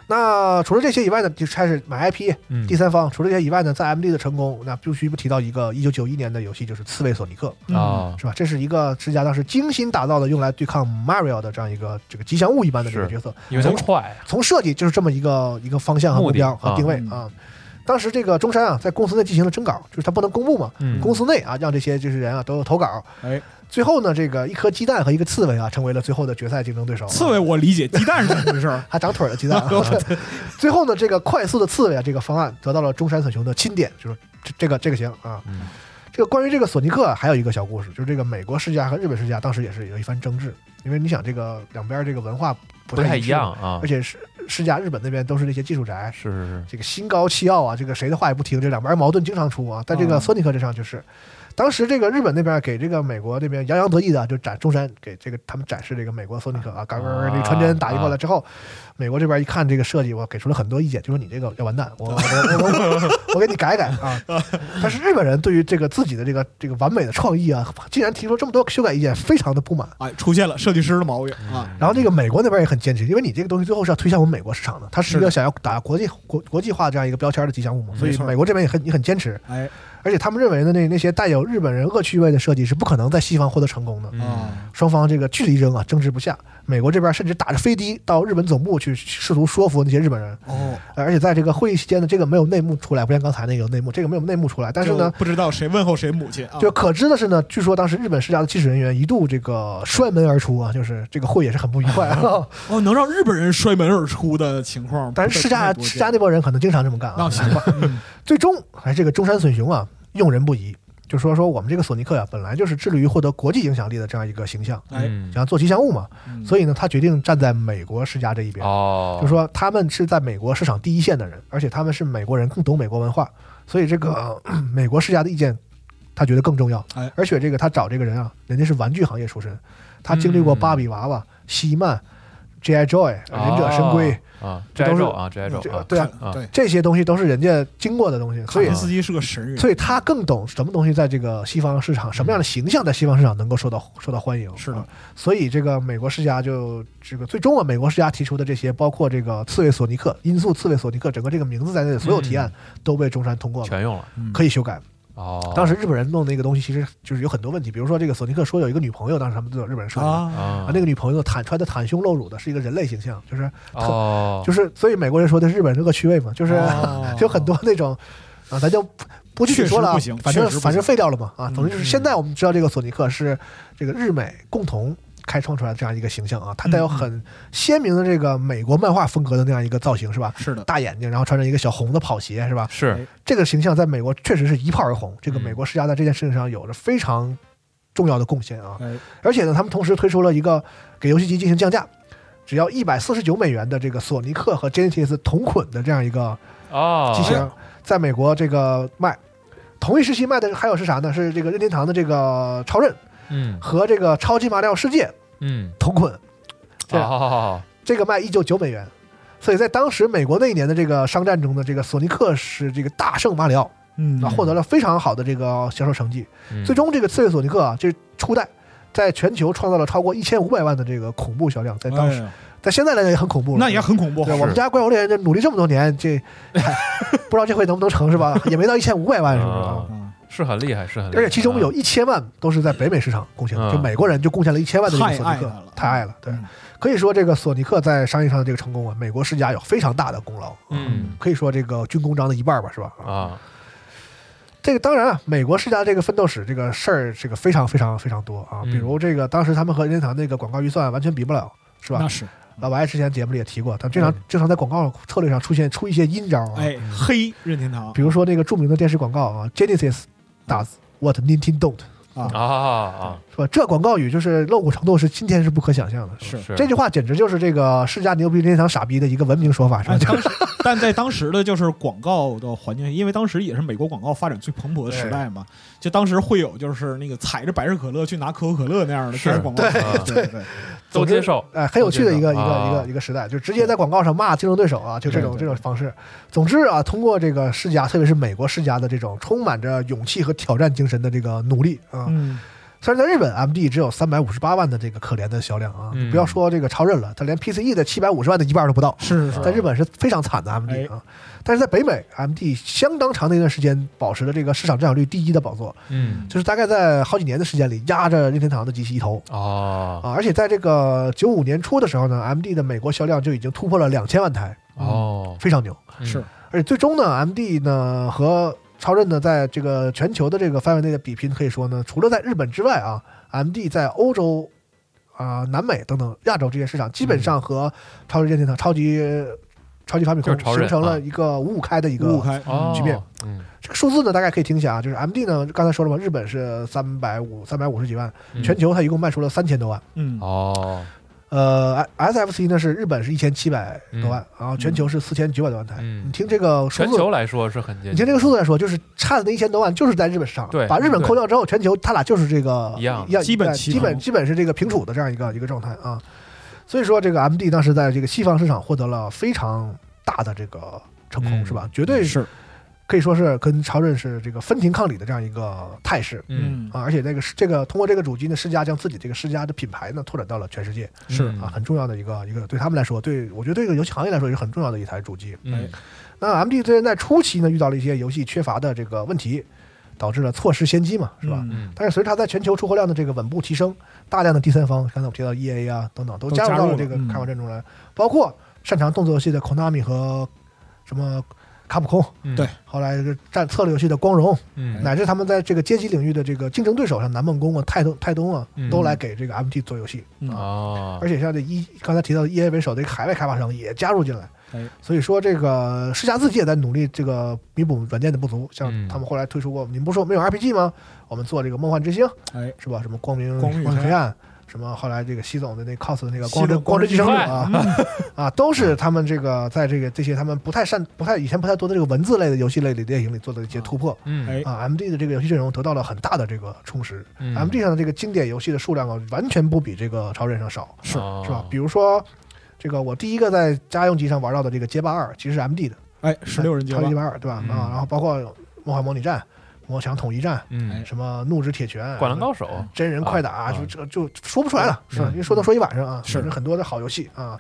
Speaker 3: 那除了这些以外呢，就开始买 IP，
Speaker 1: 嗯
Speaker 3: 第三方。除了这些以外呢，在 MD 的成功，那必须不提到一个1991年的游戏，就是《刺猬索尼克》。
Speaker 2: 嗯
Speaker 1: 啊，
Speaker 3: 是吧？这是一个世嘉当时精心打造的，用来对抗 Mario 的这样一个这个吉祥物一般的这个
Speaker 1: 是
Speaker 3: 角色。
Speaker 1: 因为它快，
Speaker 3: 从设计就是这么一个一个方向和目标
Speaker 1: 目的
Speaker 3: 和定位
Speaker 2: 嗯
Speaker 3: 啊。当时这个中山啊，在公司内进行了征稿，就是他不能公布嘛，
Speaker 1: 嗯
Speaker 3: 公司内啊让这些就是人啊都投稿。
Speaker 2: 哎，
Speaker 3: 最后呢，这个一颗鸡蛋和一个刺猬啊，成为了最后的决赛竞争对手。
Speaker 2: 刺猬我理解，鸡蛋是怎么回事儿
Speaker 3: 还长腿儿的鸡 蛋、啊。 最后呢，这个快速的刺猬啊，这个方案得到了中山隼雄的钦点，就是这这个这个行啊。
Speaker 1: 嗯
Speaker 3: 这个关于这个索尼克啊还有一个小故事，就是这个美国世家和日本世家当时也是有一番争执，因为你想这个两边这个文化不
Speaker 1: 不太
Speaker 3: 太
Speaker 1: 一
Speaker 3: 致，
Speaker 1: 样啊
Speaker 3: 而，且是世家日本那边都是那些技术宅，
Speaker 1: 是是是，
Speaker 3: 这个心高气傲啊，这个谁的话也不听，这两边矛盾经常出啊。在这个
Speaker 2: 嗯
Speaker 3: 索尼克这上就是，当时这个日本那边给这个美国那边洋洋得意的就展中山给这个他们展示这个美国索尼克啊，嘎嘎嘎这个传真打印过来之后，美国这边一看这个设计，我给出了很多意见，就说你这个要完蛋，我我我我我给你改改啊。但是日本人对于这个自己的这个这个完美的创意啊，竟然提出这么多修改意见，非常的不满。
Speaker 2: 哎，出现了设计师的毛病啊，
Speaker 3: 然后这个美国那边也很坚持，因为你这个东西最后是要推向我们美国市场的，它是一
Speaker 2: 是
Speaker 3: 个
Speaker 2: 的
Speaker 3: 想要打国际国国际化这样一个标签的吉祥物嘛，所以
Speaker 2: 没错
Speaker 3: 美国这边也很也很坚持，
Speaker 2: 哎
Speaker 3: 而且他们认为的那那些带有日本人恶趣味的设计是不可能在西方获得成功的。
Speaker 1: 嗯
Speaker 2: 啊，
Speaker 3: 双方这个据理力争啊，争执不下。美国这边甚至打着飞的到日本总部去试图说服那些日本人，
Speaker 2: 哦，
Speaker 3: 呃而且在这个会议期间呢，这个没有内幕出来，不像刚才那个有内幕，这个没有内幕出来。但是呢
Speaker 2: 就，不知道谁问候谁母亲啊，
Speaker 3: 就可知的是呢，据说当时日本世家的技术人员一度这个摔门而出啊，就是这个会也是很不愉快啊。
Speaker 2: 哦，能让日本人摔门而出的情况，
Speaker 3: 但是世家
Speaker 2: 不太
Speaker 3: 世家那波人可能经常这么干啊。
Speaker 2: 那行吧，嗯
Speaker 3: 最终，哎，这个中山隼雄啊，用人不疑，就说说我们这个索尼克呀、啊本来就是致力于获得国际影响力的这样一个形象，
Speaker 2: 哎，
Speaker 1: 嗯
Speaker 3: 想要做吉祥物嘛，
Speaker 2: 嗯
Speaker 3: 所以呢，他决定站在美国世家这一边，
Speaker 1: 哦，
Speaker 3: 就说他们是在美国市场第一线的人，而且他们是美国人，更懂美国文化，所以这个、 呃美国世家的意见，他觉得更重要
Speaker 2: 哎。
Speaker 3: 而且这个他找这个人啊，人家是玩具行业出身，他经历过
Speaker 1: 嗯
Speaker 3: 芭比娃娃、希曼、J.I. Joy、忍者神龟，
Speaker 1: 哦啊，
Speaker 3: 这
Speaker 1: 摘
Speaker 3: 都是
Speaker 1: 肉啊，摘肉
Speaker 3: 这
Speaker 1: 啊，
Speaker 3: 对啊
Speaker 2: 看对，
Speaker 3: 这些东西都是人家经过的东西，所以
Speaker 2: 卡。林斯基是个神人，
Speaker 3: 所以他更懂什么东西在这个西方市场，什么样的形象在西方市场能够受到受到欢迎。
Speaker 2: 是的
Speaker 3: 啊所以这个美国世家就这个最终啊，美国世家提出的这些，包括这个刺猬索尼克、音速刺猬索尼克，整个这个名字在内的所有提案都被中山通过了，
Speaker 1: 全用了，
Speaker 2: 嗯
Speaker 3: 可以修改。
Speaker 1: 哦，
Speaker 3: 当时日本人弄那个东西，其实就是有很多问题，比如说这个索尼克说有一个女朋友，当时他们都有日本人说的
Speaker 2: 啊
Speaker 1: 啊
Speaker 3: 啊，那个女朋友袒穿的袒胸露乳的，是一个人类形象，就是
Speaker 1: 哦，
Speaker 3: 就是是，所以美国人说的日本这个趣味嘛，就是、
Speaker 2: 哦
Speaker 3: 就很多那种啊，咱就不不具体说了
Speaker 2: 确
Speaker 3: 啊
Speaker 2: 实不行，
Speaker 3: 反
Speaker 2: 确
Speaker 3: 正
Speaker 2: 实不行
Speaker 3: 反正废掉了嘛啊。
Speaker 2: 嗯
Speaker 3: 总之就是现在我们知道这个索尼克是这个日美共同开创出来的这样一个形象啊，它带有
Speaker 2: 嗯
Speaker 3: 很鲜明的这个美国漫画风格的那样一个造型是吧？
Speaker 2: 是的，
Speaker 3: 大眼睛，然后穿着一个小红的跑鞋是吧？
Speaker 1: 是
Speaker 3: 这个形象在美国确实是一炮而红，这个
Speaker 1: 嗯
Speaker 3: 美国世家在这件事情上有着非常重要的贡献啊。
Speaker 2: 哎，
Speaker 3: 而且呢，他们同时推出了一个给游戏机进行降价，只要一百四十九美元的这个索尼克和 Genesis 同捆的这样一个
Speaker 1: 哦
Speaker 3: 哎机型，在美国这个卖。同一时期卖的还有是啥呢？是这个任天堂的这个超任
Speaker 1: 嗯
Speaker 3: 和这个超级马里奥世界
Speaker 1: 嗯，哦
Speaker 3: 同捆，这
Speaker 1: 好好好好，
Speaker 3: 这个卖一九九美元。所以在当时美国那一年的这个商战中呢，这个索尼克是这个大胜马里奥，
Speaker 2: 嗯
Speaker 3: 啊，获得了非常好的这个销售成绩。
Speaker 1: 嗯
Speaker 3: 最终这个刺猬索尼克啊，这是初代。在全球创造了超过一千五百万的这个恐怖销量，在当时，
Speaker 2: 哎
Speaker 3: 在现在来讲也很恐怖了。
Speaker 2: 那也很恐怖
Speaker 3: 对，我们
Speaker 1: 是
Speaker 3: 家怪物猎人这努力这么多年，这 哎不知道这回能不能成是吧？ 也没到一千五百万是不是啊？
Speaker 1: 啊
Speaker 2: 嗯
Speaker 1: 是很厉害，是很厉害，
Speaker 3: 而且其中有
Speaker 1: 啊
Speaker 3: 一千万都是在北美市场贡献
Speaker 1: 嗯
Speaker 3: 的，就美国人就贡献了一千万的这个索尼
Speaker 2: 太爱
Speaker 3: 克
Speaker 2: 它了，
Speaker 3: 太爱了。对
Speaker 2: 嗯，
Speaker 3: 可以说这个索尼克在商业上的这个成功啊，美国世家有非常大的功劳。
Speaker 1: 嗯
Speaker 3: 可以说这个军功章的一半吧，是吧？
Speaker 1: 啊
Speaker 3: 这个当然啊，美国世家这个奋斗史这个事儿，这个非常非常非常多啊。
Speaker 1: 嗯
Speaker 3: 比如这个当时他们和任天堂那个广告预算完全比不了，是吧啊
Speaker 2: 那？是，
Speaker 3: 老白之前节目里也提过，他经常
Speaker 1: 嗯
Speaker 3: 经常在广告策略上出现出一些阴招啊，
Speaker 2: 哎，黑任天堂
Speaker 3: 比如说那个著名的电视广告啊，Genesis does what Nintendo don't，
Speaker 2: 啊
Speaker 1: 啊，啊，
Speaker 3: 是吧？这广告语就是露骨程度是今天是不可想象的。
Speaker 2: 是。
Speaker 1: 是
Speaker 3: 这句话简直就是这个世家牛逼，任天堂傻逼的一个文明说法，是吧？
Speaker 2: 哎，当时， 但在当时的就是广告的环境，因为当时也是美国广告发展最蓬勃的时代嘛，就当时会有就是那个踩着百事可乐去拿可口可乐那样的
Speaker 1: 是
Speaker 2: 电视广告，
Speaker 1: 对
Speaker 2: 对对，
Speaker 1: 啊都接受，
Speaker 3: 哎，很有趣的一个一
Speaker 1: 都接受
Speaker 3: 个
Speaker 1: 啊
Speaker 3: 一个一个时代，就直接在广告上骂竞争对手啊，就这种
Speaker 2: 对对
Speaker 3: 这种方式。总之啊，通过这个世家，特别是美国世家的这种充满着勇气和挑战精神的这个努力啊，
Speaker 2: 嗯，
Speaker 3: 虽然在日本 MD 只有三百五十八万的这个可怜的销量啊，
Speaker 1: 嗯
Speaker 3: 不要说这个超任了，它连 PCE 的七百五十万的一半都不到，
Speaker 2: 是是
Speaker 3: 在日本是非常惨的 MD 啊。但是在北美，MD 相当长的一段时间保持了这个市场占有率第一的宝座，
Speaker 1: 嗯
Speaker 3: 就是大概在好几年的时间里压着任天堂的机器一头。
Speaker 1: 哦
Speaker 3: 啊，而且在这个九五年初的时候呢，MD 的美国销量就已经突破了两千万台，
Speaker 1: 哦
Speaker 3: 非常牛。
Speaker 1: 嗯
Speaker 2: 是
Speaker 3: 而且最终呢，MD 呢和超任呢，在这个全球的这个范围内的比拼，可以说呢，除了在日本之外啊，MD 在欧洲啊、南美等等亚洲这些市场，基本上和超级任天堂、超级超级法米
Speaker 1: 就
Speaker 3: 空
Speaker 1: 是超
Speaker 3: 形
Speaker 1: 任
Speaker 3: 成
Speaker 1: 啊
Speaker 3: 了一个五五开的一个
Speaker 2: 五五开，
Speaker 1: 哦
Speaker 3: 局面，
Speaker 1: 嗯
Speaker 3: 这个数字呢，大概可以听一下啊，就是 MD 呢，刚才说了嘛，日本是三百五三百五十几万，
Speaker 1: 嗯
Speaker 3: 全球它一共卖出了三千多万。
Speaker 2: 嗯，
Speaker 1: 哦
Speaker 3: 呃，S F C 呢是日本是一千七百多万，然后全球是四千九百多万台。
Speaker 1: 嗯
Speaker 3: 你听这个数
Speaker 1: 全
Speaker 3: 字，
Speaker 1: 球来说是很接近，
Speaker 3: 你听这个数字来说，就是差的那一千多万就是在日本市场，
Speaker 1: 对
Speaker 3: 把日本扣掉之后，全球它俩就是这个
Speaker 1: 一样的
Speaker 2: 基本齐
Speaker 3: 基本
Speaker 2: 平
Speaker 3: 基本是这个平处的这样一个一个状态啊。所以说，这个 M D 当时在这个西方市场获得了非常大的这个成功，
Speaker 1: 嗯
Speaker 3: 是吧？绝对是
Speaker 2: 是，
Speaker 3: 可以说是跟超任是这个分庭抗礼的这样一个态势。
Speaker 1: 嗯
Speaker 3: 啊，而且这个是这个通过这个主机呢，世嘉将自己这个世嘉的品牌呢拓展到了全世界，
Speaker 2: 是
Speaker 3: 啊，很重要的一个一个对他们来说，对我觉得对这个游戏行业来说也是很重要的一台主机。
Speaker 1: 嗯
Speaker 3: 那 MD 虽然在初期呢遇到了一些游戏缺乏的这个问题，导致了错失先机嘛，是吧？
Speaker 2: 嗯
Speaker 1: 嗯
Speaker 3: 但是随着它在全球出货量的这个稳步提升，大量的第三方，刚才我们提到 EA 啊等等，都
Speaker 2: 都
Speaker 3: 加入
Speaker 2: 加
Speaker 3: 到
Speaker 2: 入
Speaker 3: 了
Speaker 2: 了
Speaker 3: 这个
Speaker 2: 嗯
Speaker 3: 开发阵中来，包括擅长动作游戏的 Konami 和什么卡普空，
Speaker 1: 嗯
Speaker 2: 对
Speaker 3: 后来这个战策略游戏的光荣，
Speaker 1: 嗯
Speaker 3: 乃至他们在这个街机领域的这个竞争对手，像南梦宫啊、泰东、泰东啊
Speaker 1: 嗯，
Speaker 3: 都来给这个 MT 做游戏。
Speaker 2: 嗯，
Speaker 1: 哦
Speaker 3: 而且像这一刚才提到的 EA 为首的一个海外开发商也加入进来
Speaker 2: 哎。
Speaker 3: 所以说，这个世嘉自己也在努力这个弥补软件的不足，像
Speaker 1: 嗯
Speaker 3: 他们后来推出过，你们不是说没有 RPG 吗？我们做这个《梦幻之星》，
Speaker 2: 哎，
Speaker 3: 是吧？什么光明
Speaker 2: 光明与
Speaker 3: 与
Speaker 2: 黑
Speaker 3: 黑暗，什么后来这个习总的那 cos 的那个
Speaker 2: 西
Speaker 3: 光之
Speaker 2: 冷光
Speaker 3: 光之继
Speaker 2: 之
Speaker 3: 承者
Speaker 1: 之
Speaker 3: 啊 啊，都是他们这个在这个这些他们不太擅、不太以前不太多的这个文字类的游戏类的电影里做的一些突破。
Speaker 1: 嗯
Speaker 2: 哎
Speaker 3: 啊，MD 的这个游戏阵容得到了很大的这个充实。
Speaker 1: 嗯
Speaker 3: MD 上的这个经典游戏的数量啊，完全不比这个超人上少，
Speaker 1: 是
Speaker 3: 是吧？比如说，这个我第一个在家用机上玩到的这个《街霸二》，其实是 MD 的
Speaker 2: 哎，十六人
Speaker 3: 《
Speaker 2: 街
Speaker 3: 超
Speaker 2: 吧
Speaker 3: 级，街霸二》，对吧？
Speaker 1: 嗯
Speaker 3: 啊，然后包括《梦幻模拟战》《魔墙统一战
Speaker 1: 嗯》，
Speaker 3: 什么《怒之铁拳》《
Speaker 1: 灌篮高手
Speaker 3: 哎真人快打，
Speaker 1: 啊
Speaker 3: 就这就说不出来了，
Speaker 1: 嗯
Speaker 3: 是吧？因为说能说一晚上啊，
Speaker 2: 是
Speaker 3: 反正很多的好游戏啊。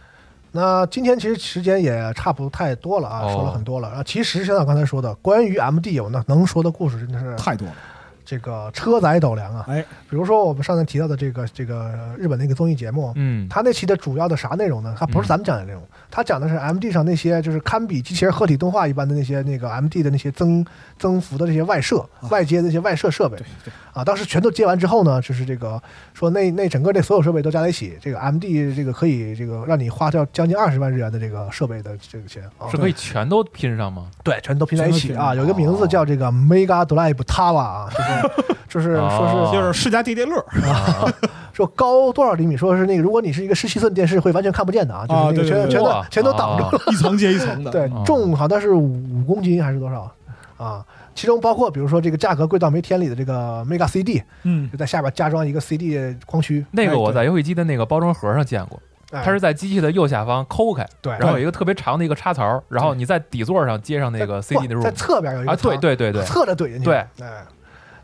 Speaker 3: 那今天其实时间也差不太多了啊，
Speaker 1: 哦
Speaker 3: 说了很多了。啊，其实像我刚才说的，关于 MD 有那能说的故事真的是
Speaker 2: 太多了。
Speaker 3: 这个车载斗量啊。
Speaker 2: 哎，
Speaker 3: 比如说我们上次提到的这个这个呃日本那个综艺节目，
Speaker 1: 嗯，
Speaker 3: 它那期的主要的啥内容呢？它不是咱们讲的内容，它讲的是 M D 上那些就是堪比机器人合体动画一般的那些那个 M D 的那些增增幅的这些外设、外接的那些外设设备。啊，当时全都接完之后呢，就是这个说那那整个这所有设备都加在一起，这个 M D 这个可以这个让你花掉将近二十万日元的这个设备的这个钱啊，
Speaker 1: 是可以全都拼上吗？
Speaker 3: 对，全都拼在一
Speaker 2: 全
Speaker 3: 起
Speaker 2: 都拼
Speaker 3: 啊，有一个名字叫这个 Mega Drive Tava 啊，就是 就是说是
Speaker 1: 哦
Speaker 2: 就是世家地跌乐
Speaker 1: 啊，
Speaker 3: 说高多少厘米？说是那个，如果你是一个十七寸电视，会完全看不见的啊，就是那
Speaker 2: 啊
Speaker 3: 个
Speaker 2: 对对
Speaker 3: 全
Speaker 2: 对
Speaker 3: 全都
Speaker 1: 哇啊
Speaker 3: 全都挡住了。
Speaker 2: 一层接一层的，
Speaker 3: 对
Speaker 1: 哦，
Speaker 3: 重好像是五公斤还是多少啊？其中包括比如说这个价格贵到没天理的这个 Mega CD，
Speaker 2: 嗯
Speaker 3: 就在下边加装一个 CD 光驱，
Speaker 1: 那个我
Speaker 2: 哎对
Speaker 1: 在游戏机的那个包装盒上见过，
Speaker 3: 哎、
Speaker 1: 它是在机器的右下方抠开，
Speaker 3: 对，
Speaker 1: 然后有一个特别长的一个插槽，然后你在底座上接上那个 CD 的
Speaker 3: 不
Speaker 1: 入
Speaker 3: 在
Speaker 1: 口
Speaker 3: 侧边有一个
Speaker 1: 啊，对
Speaker 3: 槽
Speaker 1: 对对对，
Speaker 3: 侧着怼进去，
Speaker 1: 对，
Speaker 3: 哎。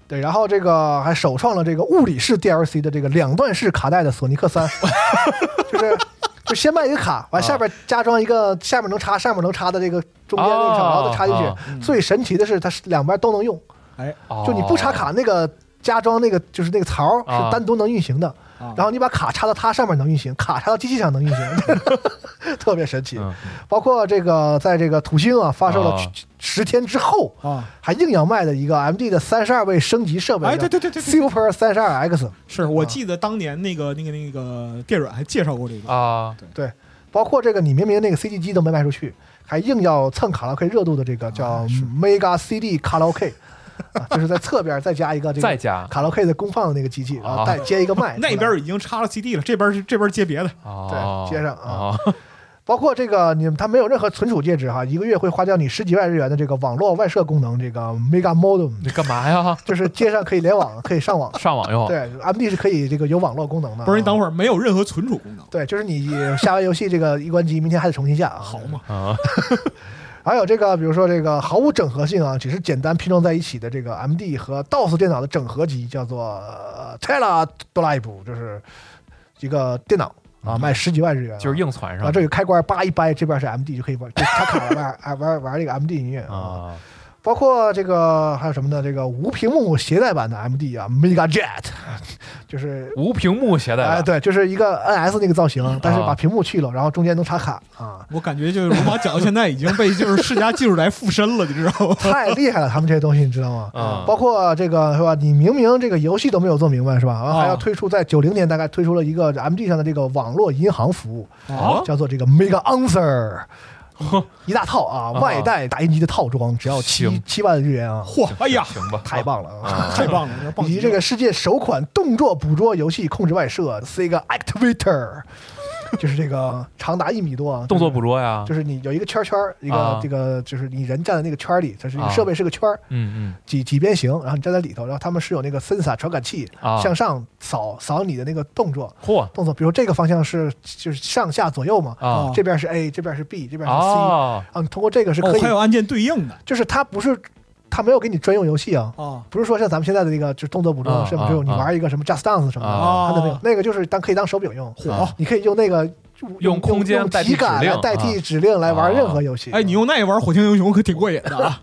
Speaker 3: 对，然后这个还首创了这个物理式 DLC 的这个两段式卡带的《索尼克 三》，就是就先卖一个卡，完
Speaker 1: 啊
Speaker 3: 下边加装一个下面能插、上面能插的这个中间那个上，
Speaker 1: 哦
Speaker 3: 然后再插进去
Speaker 1: 哦。
Speaker 2: 嗯
Speaker 3: 最神奇的是，它是两边都能用，就你不插卡，那个加装那个就是那个槽儿
Speaker 1: 啊
Speaker 3: 是单独能运行的，
Speaker 1: 哦
Speaker 2: 啊
Speaker 3: 然后你把卡插到它上面能 运行，卡插到机器上能运行，特别神奇。
Speaker 1: 嗯
Speaker 3: 包括这个在这个土星啊发售了
Speaker 1: 啊
Speaker 3: 十天之后，
Speaker 2: 啊，
Speaker 3: 还硬要卖的一个 MD 的三十二位升级设备，
Speaker 2: 哎，对对对对对，
Speaker 3: Super 三十二 X，
Speaker 2: 是
Speaker 3: 啊
Speaker 2: 我记得当年那个那个那个电软还介绍过这个，
Speaker 1: 啊，
Speaker 3: 包括这个你明明那个 CD 机都没卖出去，还硬要蹭卡拉 OK 热度的这
Speaker 2: 啊
Speaker 3: 个叫 Mega CD 卡拉 OK，啊，就是在侧边再加 一个这
Speaker 1: 再
Speaker 3: 个
Speaker 1: 加
Speaker 3: 卡拉 OK 的功放的那个机器，然后
Speaker 1: 啊
Speaker 3: 再接一个麦，
Speaker 2: 那边已经插了 CD 了，这边是这边接别的，
Speaker 3: 啊
Speaker 1: 哦，
Speaker 3: 对接上啊
Speaker 1: 哦，
Speaker 3: 包括这个你它没有任何存储介质哈，一个月会花掉你十几万日元的这个网络外设功能，这个 Mega Modem
Speaker 1: 你干嘛呀？
Speaker 3: 就是街上可以联网，可以 上网。
Speaker 1: 上网用，
Speaker 3: 对，MD 是可以这个有网络功能的啊。
Speaker 2: 哦不是你等会儿没有任何存储功能，
Speaker 3: 对，就是你下完游戏这个一关机，明天还得重新下啊。
Speaker 2: 好嘛，
Speaker 1: 啊，
Speaker 3: 还有这个，比如说这个毫无整合性啊，只是简单拼装在一起的这个 MD 和 DOS 电脑的整合机，叫做呃 Tela d o l i b 就是一个电脑啊，卖十几万日元啊、
Speaker 1: 就是硬传
Speaker 3: 啊，
Speaker 1: 上
Speaker 3: 这个开关叭一掰，这边是 MD 就可以玩，就插卡玩玩 玩玩这个 MD 音乐啊。
Speaker 1: 啊，
Speaker 3: 包括这个还有什么呢？这个无屏幕携带版的 MD 啊，Mega Jet，就是
Speaker 1: 无屏幕携带
Speaker 3: 哎
Speaker 1: 的，
Speaker 3: 对，就是一个 NS 那个造型，但是
Speaker 1: 啊
Speaker 3: 把屏幕去了，然后中间能插卡 啊。
Speaker 2: 我感觉就是罗马讲到现在已经被就是世家技术宅附身了，你知道 吗？
Speaker 3: 太厉害了，他们这些东西你知道吗？
Speaker 1: 嗯
Speaker 3: 包括这个是吧？你明明这个游戏都没有做明白是
Speaker 1: 啊
Speaker 3: 吧？然后还要推出在九零年大概推出了一个 MD 上的这个网络银行服务，
Speaker 1: 啊
Speaker 3: 叫做这个 Mega Answer，一大套啊，
Speaker 1: 哦啊
Speaker 3: 外带打印机的套装，只要七
Speaker 1: 行
Speaker 3: 七万日元啊，
Speaker 2: 嚯，哎呀，
Speaker 1: 行吧，
Speaker 3: 太棒了啊！
Speaker 1: 啊，
Speaker 2: 太棒了，棒
Speaker 3: 以
Speaker 2: 极
Speaker 3: 及这
Speaker 2: 了
Speaker 3: 个世界首款动作捕捉游戏控制外设 Sega Activator，就是这个长达一米多啊，
Speaker 1: 动作捕捉呀，
Speaker 3: 就是你有一个圈圈儿，一个、
Speaker 1: 啊
Speaker 3: 这个就是你人站在那个圈儿里，它是一个
Speaker 1: 啊
Speaker 3: 设备是个圈儿，
Speaker 1: 嗯
Speaker 3: 几几边形，然后你站在里头，然后他们是有那个 sensor 传感器、
Speaker 1: 啊
Speaker 3: 向上扫扫你的那个动作
Speaker 1: 嗯，嚯
Speaker 3: 动作，比如这个方向是就是上下左右嘛，
Speaker 1: 啊
Speaker 3: 这边是 A，这边是 B，这边是 C，、
Speaker 1: 哦
Speaker 3: 啊，你通过这个是可
Speaker 2: 哦，
Speaker 3: 以，
Speaker 2: 还有按键对应的
Speaker 3: 就是它不是它没有给你专用游戏啊。
Speaker 2: 啊，
Speaker 3: 不是说像咱们现在的那个，就是动作捕捉
Speaker 1: 啊
Speaker 3: 是不是
Speaker 1: 啊
Speaker 3: 你玩一个什么 Just Dance 什么的，
Speaker 1: 啊
Speaker 3: 它都没有。那个就是当可以当手柄用，
Speaker 2: 火
Speaker 1: 啊
Speaker 3: 你可以用那个
Speaker 1: 用空间
Speaker 3: 用
Speaker 1: 代替
Speaker 3: 体感
Speaker 1: 指令啊
Speaker 3: 来代替指令来玩任何游戏。
Speaker 2: 哎，你用那玩火星英雄可挺过瘾的 啊！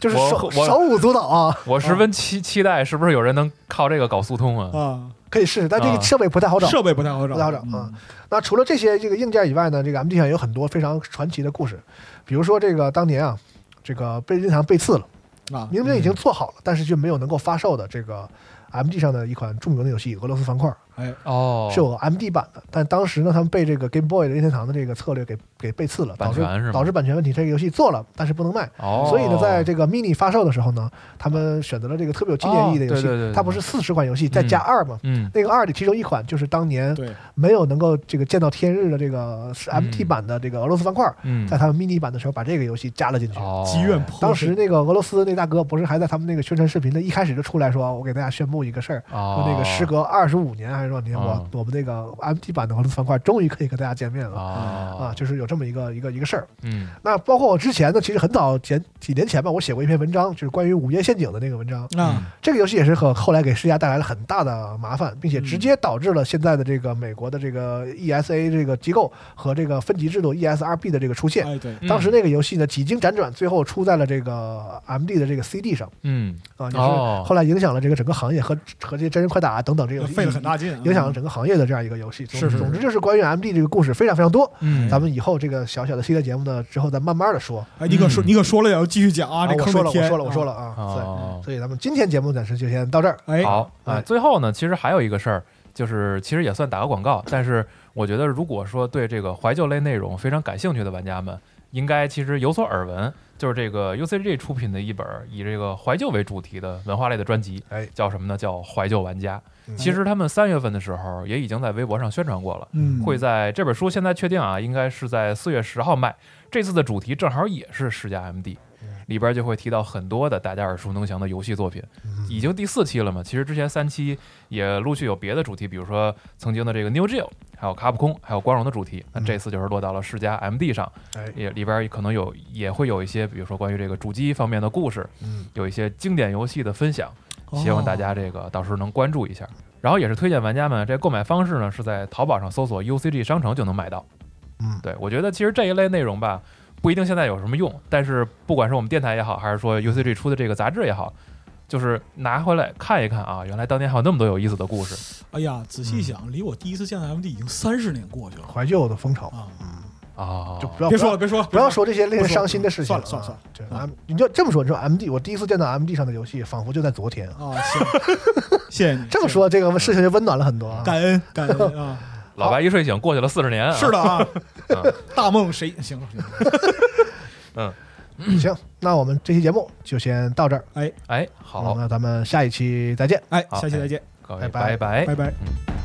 Speaker 3: 就是
Speaker 1: 我
Speaker 3: 手
Speaker 1: 我
Speaker 3: 手舞足蹈啊，
Speaker 1: 我十分期期待，是不是有人能靠这个搞速通啊？
Speaker 2: 啊，
Speaker 3: 可以试试，但这
Speaker 1: 啊
Speaker 3: 个设备不太好找。
Speaker 2: 设备不太好找，嗯
Speaker 3: 不太好找啊。那除了这些这个硬件以外呢，这个 MD 上也有很多非常传奇的故事，比如说这个当年啊，这个被任天堂背刺了，
Speaker 2: 啊
Speaker 3: 明明
Speaker 1: 嗯
Speaker 3: 已经做好了，但是却没有能够发售的这个 MD 上的一款著名的游戏《俄罗斯方块》，
Speaker 2: 哎
Speaker 1: 哦，
Speaker 3: 是有 MD 版的，但当时呢，他们被这个 Game Boy 任天堂的这个策略给给背刺了，
Speaker 1: 版
Speaker 3: 导致
Speaker 1: 权是吗
Speaker 3: 导致版权问题，这个游戏做了，但是不能卖。
Speaker 1: 哦，
Speaker 3: 所以呢，在这个 Mini 发售的时候呢，他们选择了这个特别有纪念意义的游
Speaker 1: 哦
Speaker 3: 戏
Speaker 1: 对对对对，
Speaker 3: 它不是四十款游戏再加二吗？
Speaker 1: 嗯
Speaker 3: 那个二里其中一款就是当年
Speaker 2: 对，
Speaker 3: 没有能够这个见到天日的这个是
Speaker 1: 嗯
Speaker 3: MT 版的这个俄罗斯方块，
Speaker 1: 嗯
Speaker 3: 在，他们 mini 版的时候把这个游戏加了进去。
Speaker 1: 哦
Speaker 2: 积怨颇深
Speaker 3: 当时那个俄罗斯那大哥不是还在他们那个宣传视频的一开始就出来说，我给大家宣布布一个事儿，
Speaker 1: 哦
Speaker 3: 说，那个时隔二十五年还是多少年，我
Speaker 1: 嗯
Speaker 3: 我们那个 MT 版的俄罗斯方块终于可以跟大家见面了啊，
Speaker 1: 啊，
Speaker 3: 就是有这么一个一个一个事儿。
Speaker 1: 嗯
Speaker 3: 那包括我之前呢，其实很早前几年前吧，我写过一篇文章，就是关于《午夜陷阱》的那个嗯文章。
Speaker 1: 嗯
Speaker 2: 啊，
Speaker 3: 这个游戏也是很后来给世嘉带来了很大的麻烦，并且直
Speaker 2: 嗯
Speaker 3: 接导致了现在的这个美国的这个 ESA 这个机构和这个分级制度 E ESRB 的这个出现。
Speaker 2: 哎对，
Speaker 1: 嗯
Speaker 3: 当时那个游戏呢，几经辗转，最后出在了这个 MD 的这个 CD 上
Speaker 1: 嗯
Speaker 3: 啊，也是
Speaker 1: 哦
Speaker 3: 后来影响了这个整个行业和和这些真人快打啊等等这个游戏
Speaker 2: 费了很大劲啊，
Speaker 3: 影响了整个行业的这样一个游戏。总
Speaker 2: 是是是
Speaker 3: 总之就是关于 MD 这个故事非常非常多。
Speaker 1: 嗯，
Speaker 3: 咱们以后这个小小的系列节目呢，之后再慢慢的说。
Speaker 2: 哎，你可说
Speaker 1: 嗯
Speaker 2: 你可说了也要继续讲啊，这
Speaker 3: 我
Speaker 2: 坑
Speaker 3: 说
Speaker 2: 得
Speaker 3: 了，我
Speaker 2: 天
Speaker 3: 说了，我说了，啊。
Speaker 1: 哦
Speaker 3: 对，，所以咱们今天节目暂时就先到这儿。
Speaker 2: 哎，
Speaker 1: 好啊。
Speaker 3: 哎
Speaker 1: 最后呢，其实还有一个事儿，就是其实也算打个广告，但是我觉得如果说对这个怀旧类内容非常感兴趣的玩家们，应该其实有所耳闻，就是这个 UCG 出品的一本以这个怀旧为主题的文化类的专辑，
Speaker 3: 哎
Speaker 1: 叫什么呢？叫《怀旧玩家》。
Speaker 3: 嗯
Speaker 1: 其实他们三月份的时候也已经在微博上宣传过了。
Speaker 2: 嗯，
Speaker 1: 会在这本书现在确定啊，应该是在四月十号卖。这次的主题正好也是世家 MD，里边就会提到很多的大家耳熟能详的游戏作品。已经第四期了嘛，其实之前三期也陆续有别的主题，比如说曾经的这个 New Geo，还有卡普空，还有光荣的主题。那
Speaker 3: 嗯
Speaker 1: 这次就是落到了世家 MD 上，
Speaker 3: 哎，
Speaker 1: 也里边可能有也会有一些，比如说关于这个主机方面的故事，
Speaker 3: 嗯，
Speaker 1: 有一些经典游戏的分享。
Speaker 2: 哦
Speaker 1: 希望大家这个到时候能关注一下。然后也是推荐玩家们，这购买方式呢是在淘宝上搜索 UCG 商城就能买到。
Speaker 3: 嗯
Speaker 1: 对我觉得其实这一类内容吧，不一定现在有什么用，但是不管是我们电台也好，还是说 UCG 出的这个杂志也好，就是拿回来看一看啊，原来当年还有那么多有意思的故事。
Speaker 2: 哎呀，仔
Speaker 3: 嗯
Speaker 2: 细想，离我第一次见到 MD 已经三十年过去了
Speaker 3: 怀旧的风潮，
Speaker 2: 啊！
Speaker 1: 哦，
Speaker 3: 就嗯不要
Speaker 2: 别说了，别说了，
Speaker 3: 不要说这些令
Speaker 2: 不
Speaker 3: 人
Speaker 2: 说
Speaker 3: 伤心的事情。
Speaker 2: 算
Speaker 3: 啊
Speaker 2: 了算了算了
Speaker 3: 对
Speaker 2: 嗯
Speaker 3: ，M，你就这么说，你说 M D，我第一次见到 M D 上的游戏，仿佛就在昨天。
Speaker 2: 啊！ 行，谢谢你
Speaker 3: 这么，说，这个事情就温暖了很多啊。
Speaker 2: 感恩感恩啊！
Speaker 1: 老白一睡醒过去了四十年、啊，
Speaker 2: 是的啊，
Speaker 1: 嗯
Speaker 2: 大梦谁行了？行
Speaker 3: 嗯
Speaker 2: 了
Speaker 3: 行，那我们这期节目就先到这儿。
Speaker 1: 哎，好，
Speaker 3: 那咱们下一期再见。
Speaker 2: 哎，
Speaker 1: 好
Speaker 2: 下期再见，
Speaker 1: 各位
Speaker 3: 拜拜
Speaker 1: 拜
Speaker 2: 拜拜。
Speaker 1: 嗯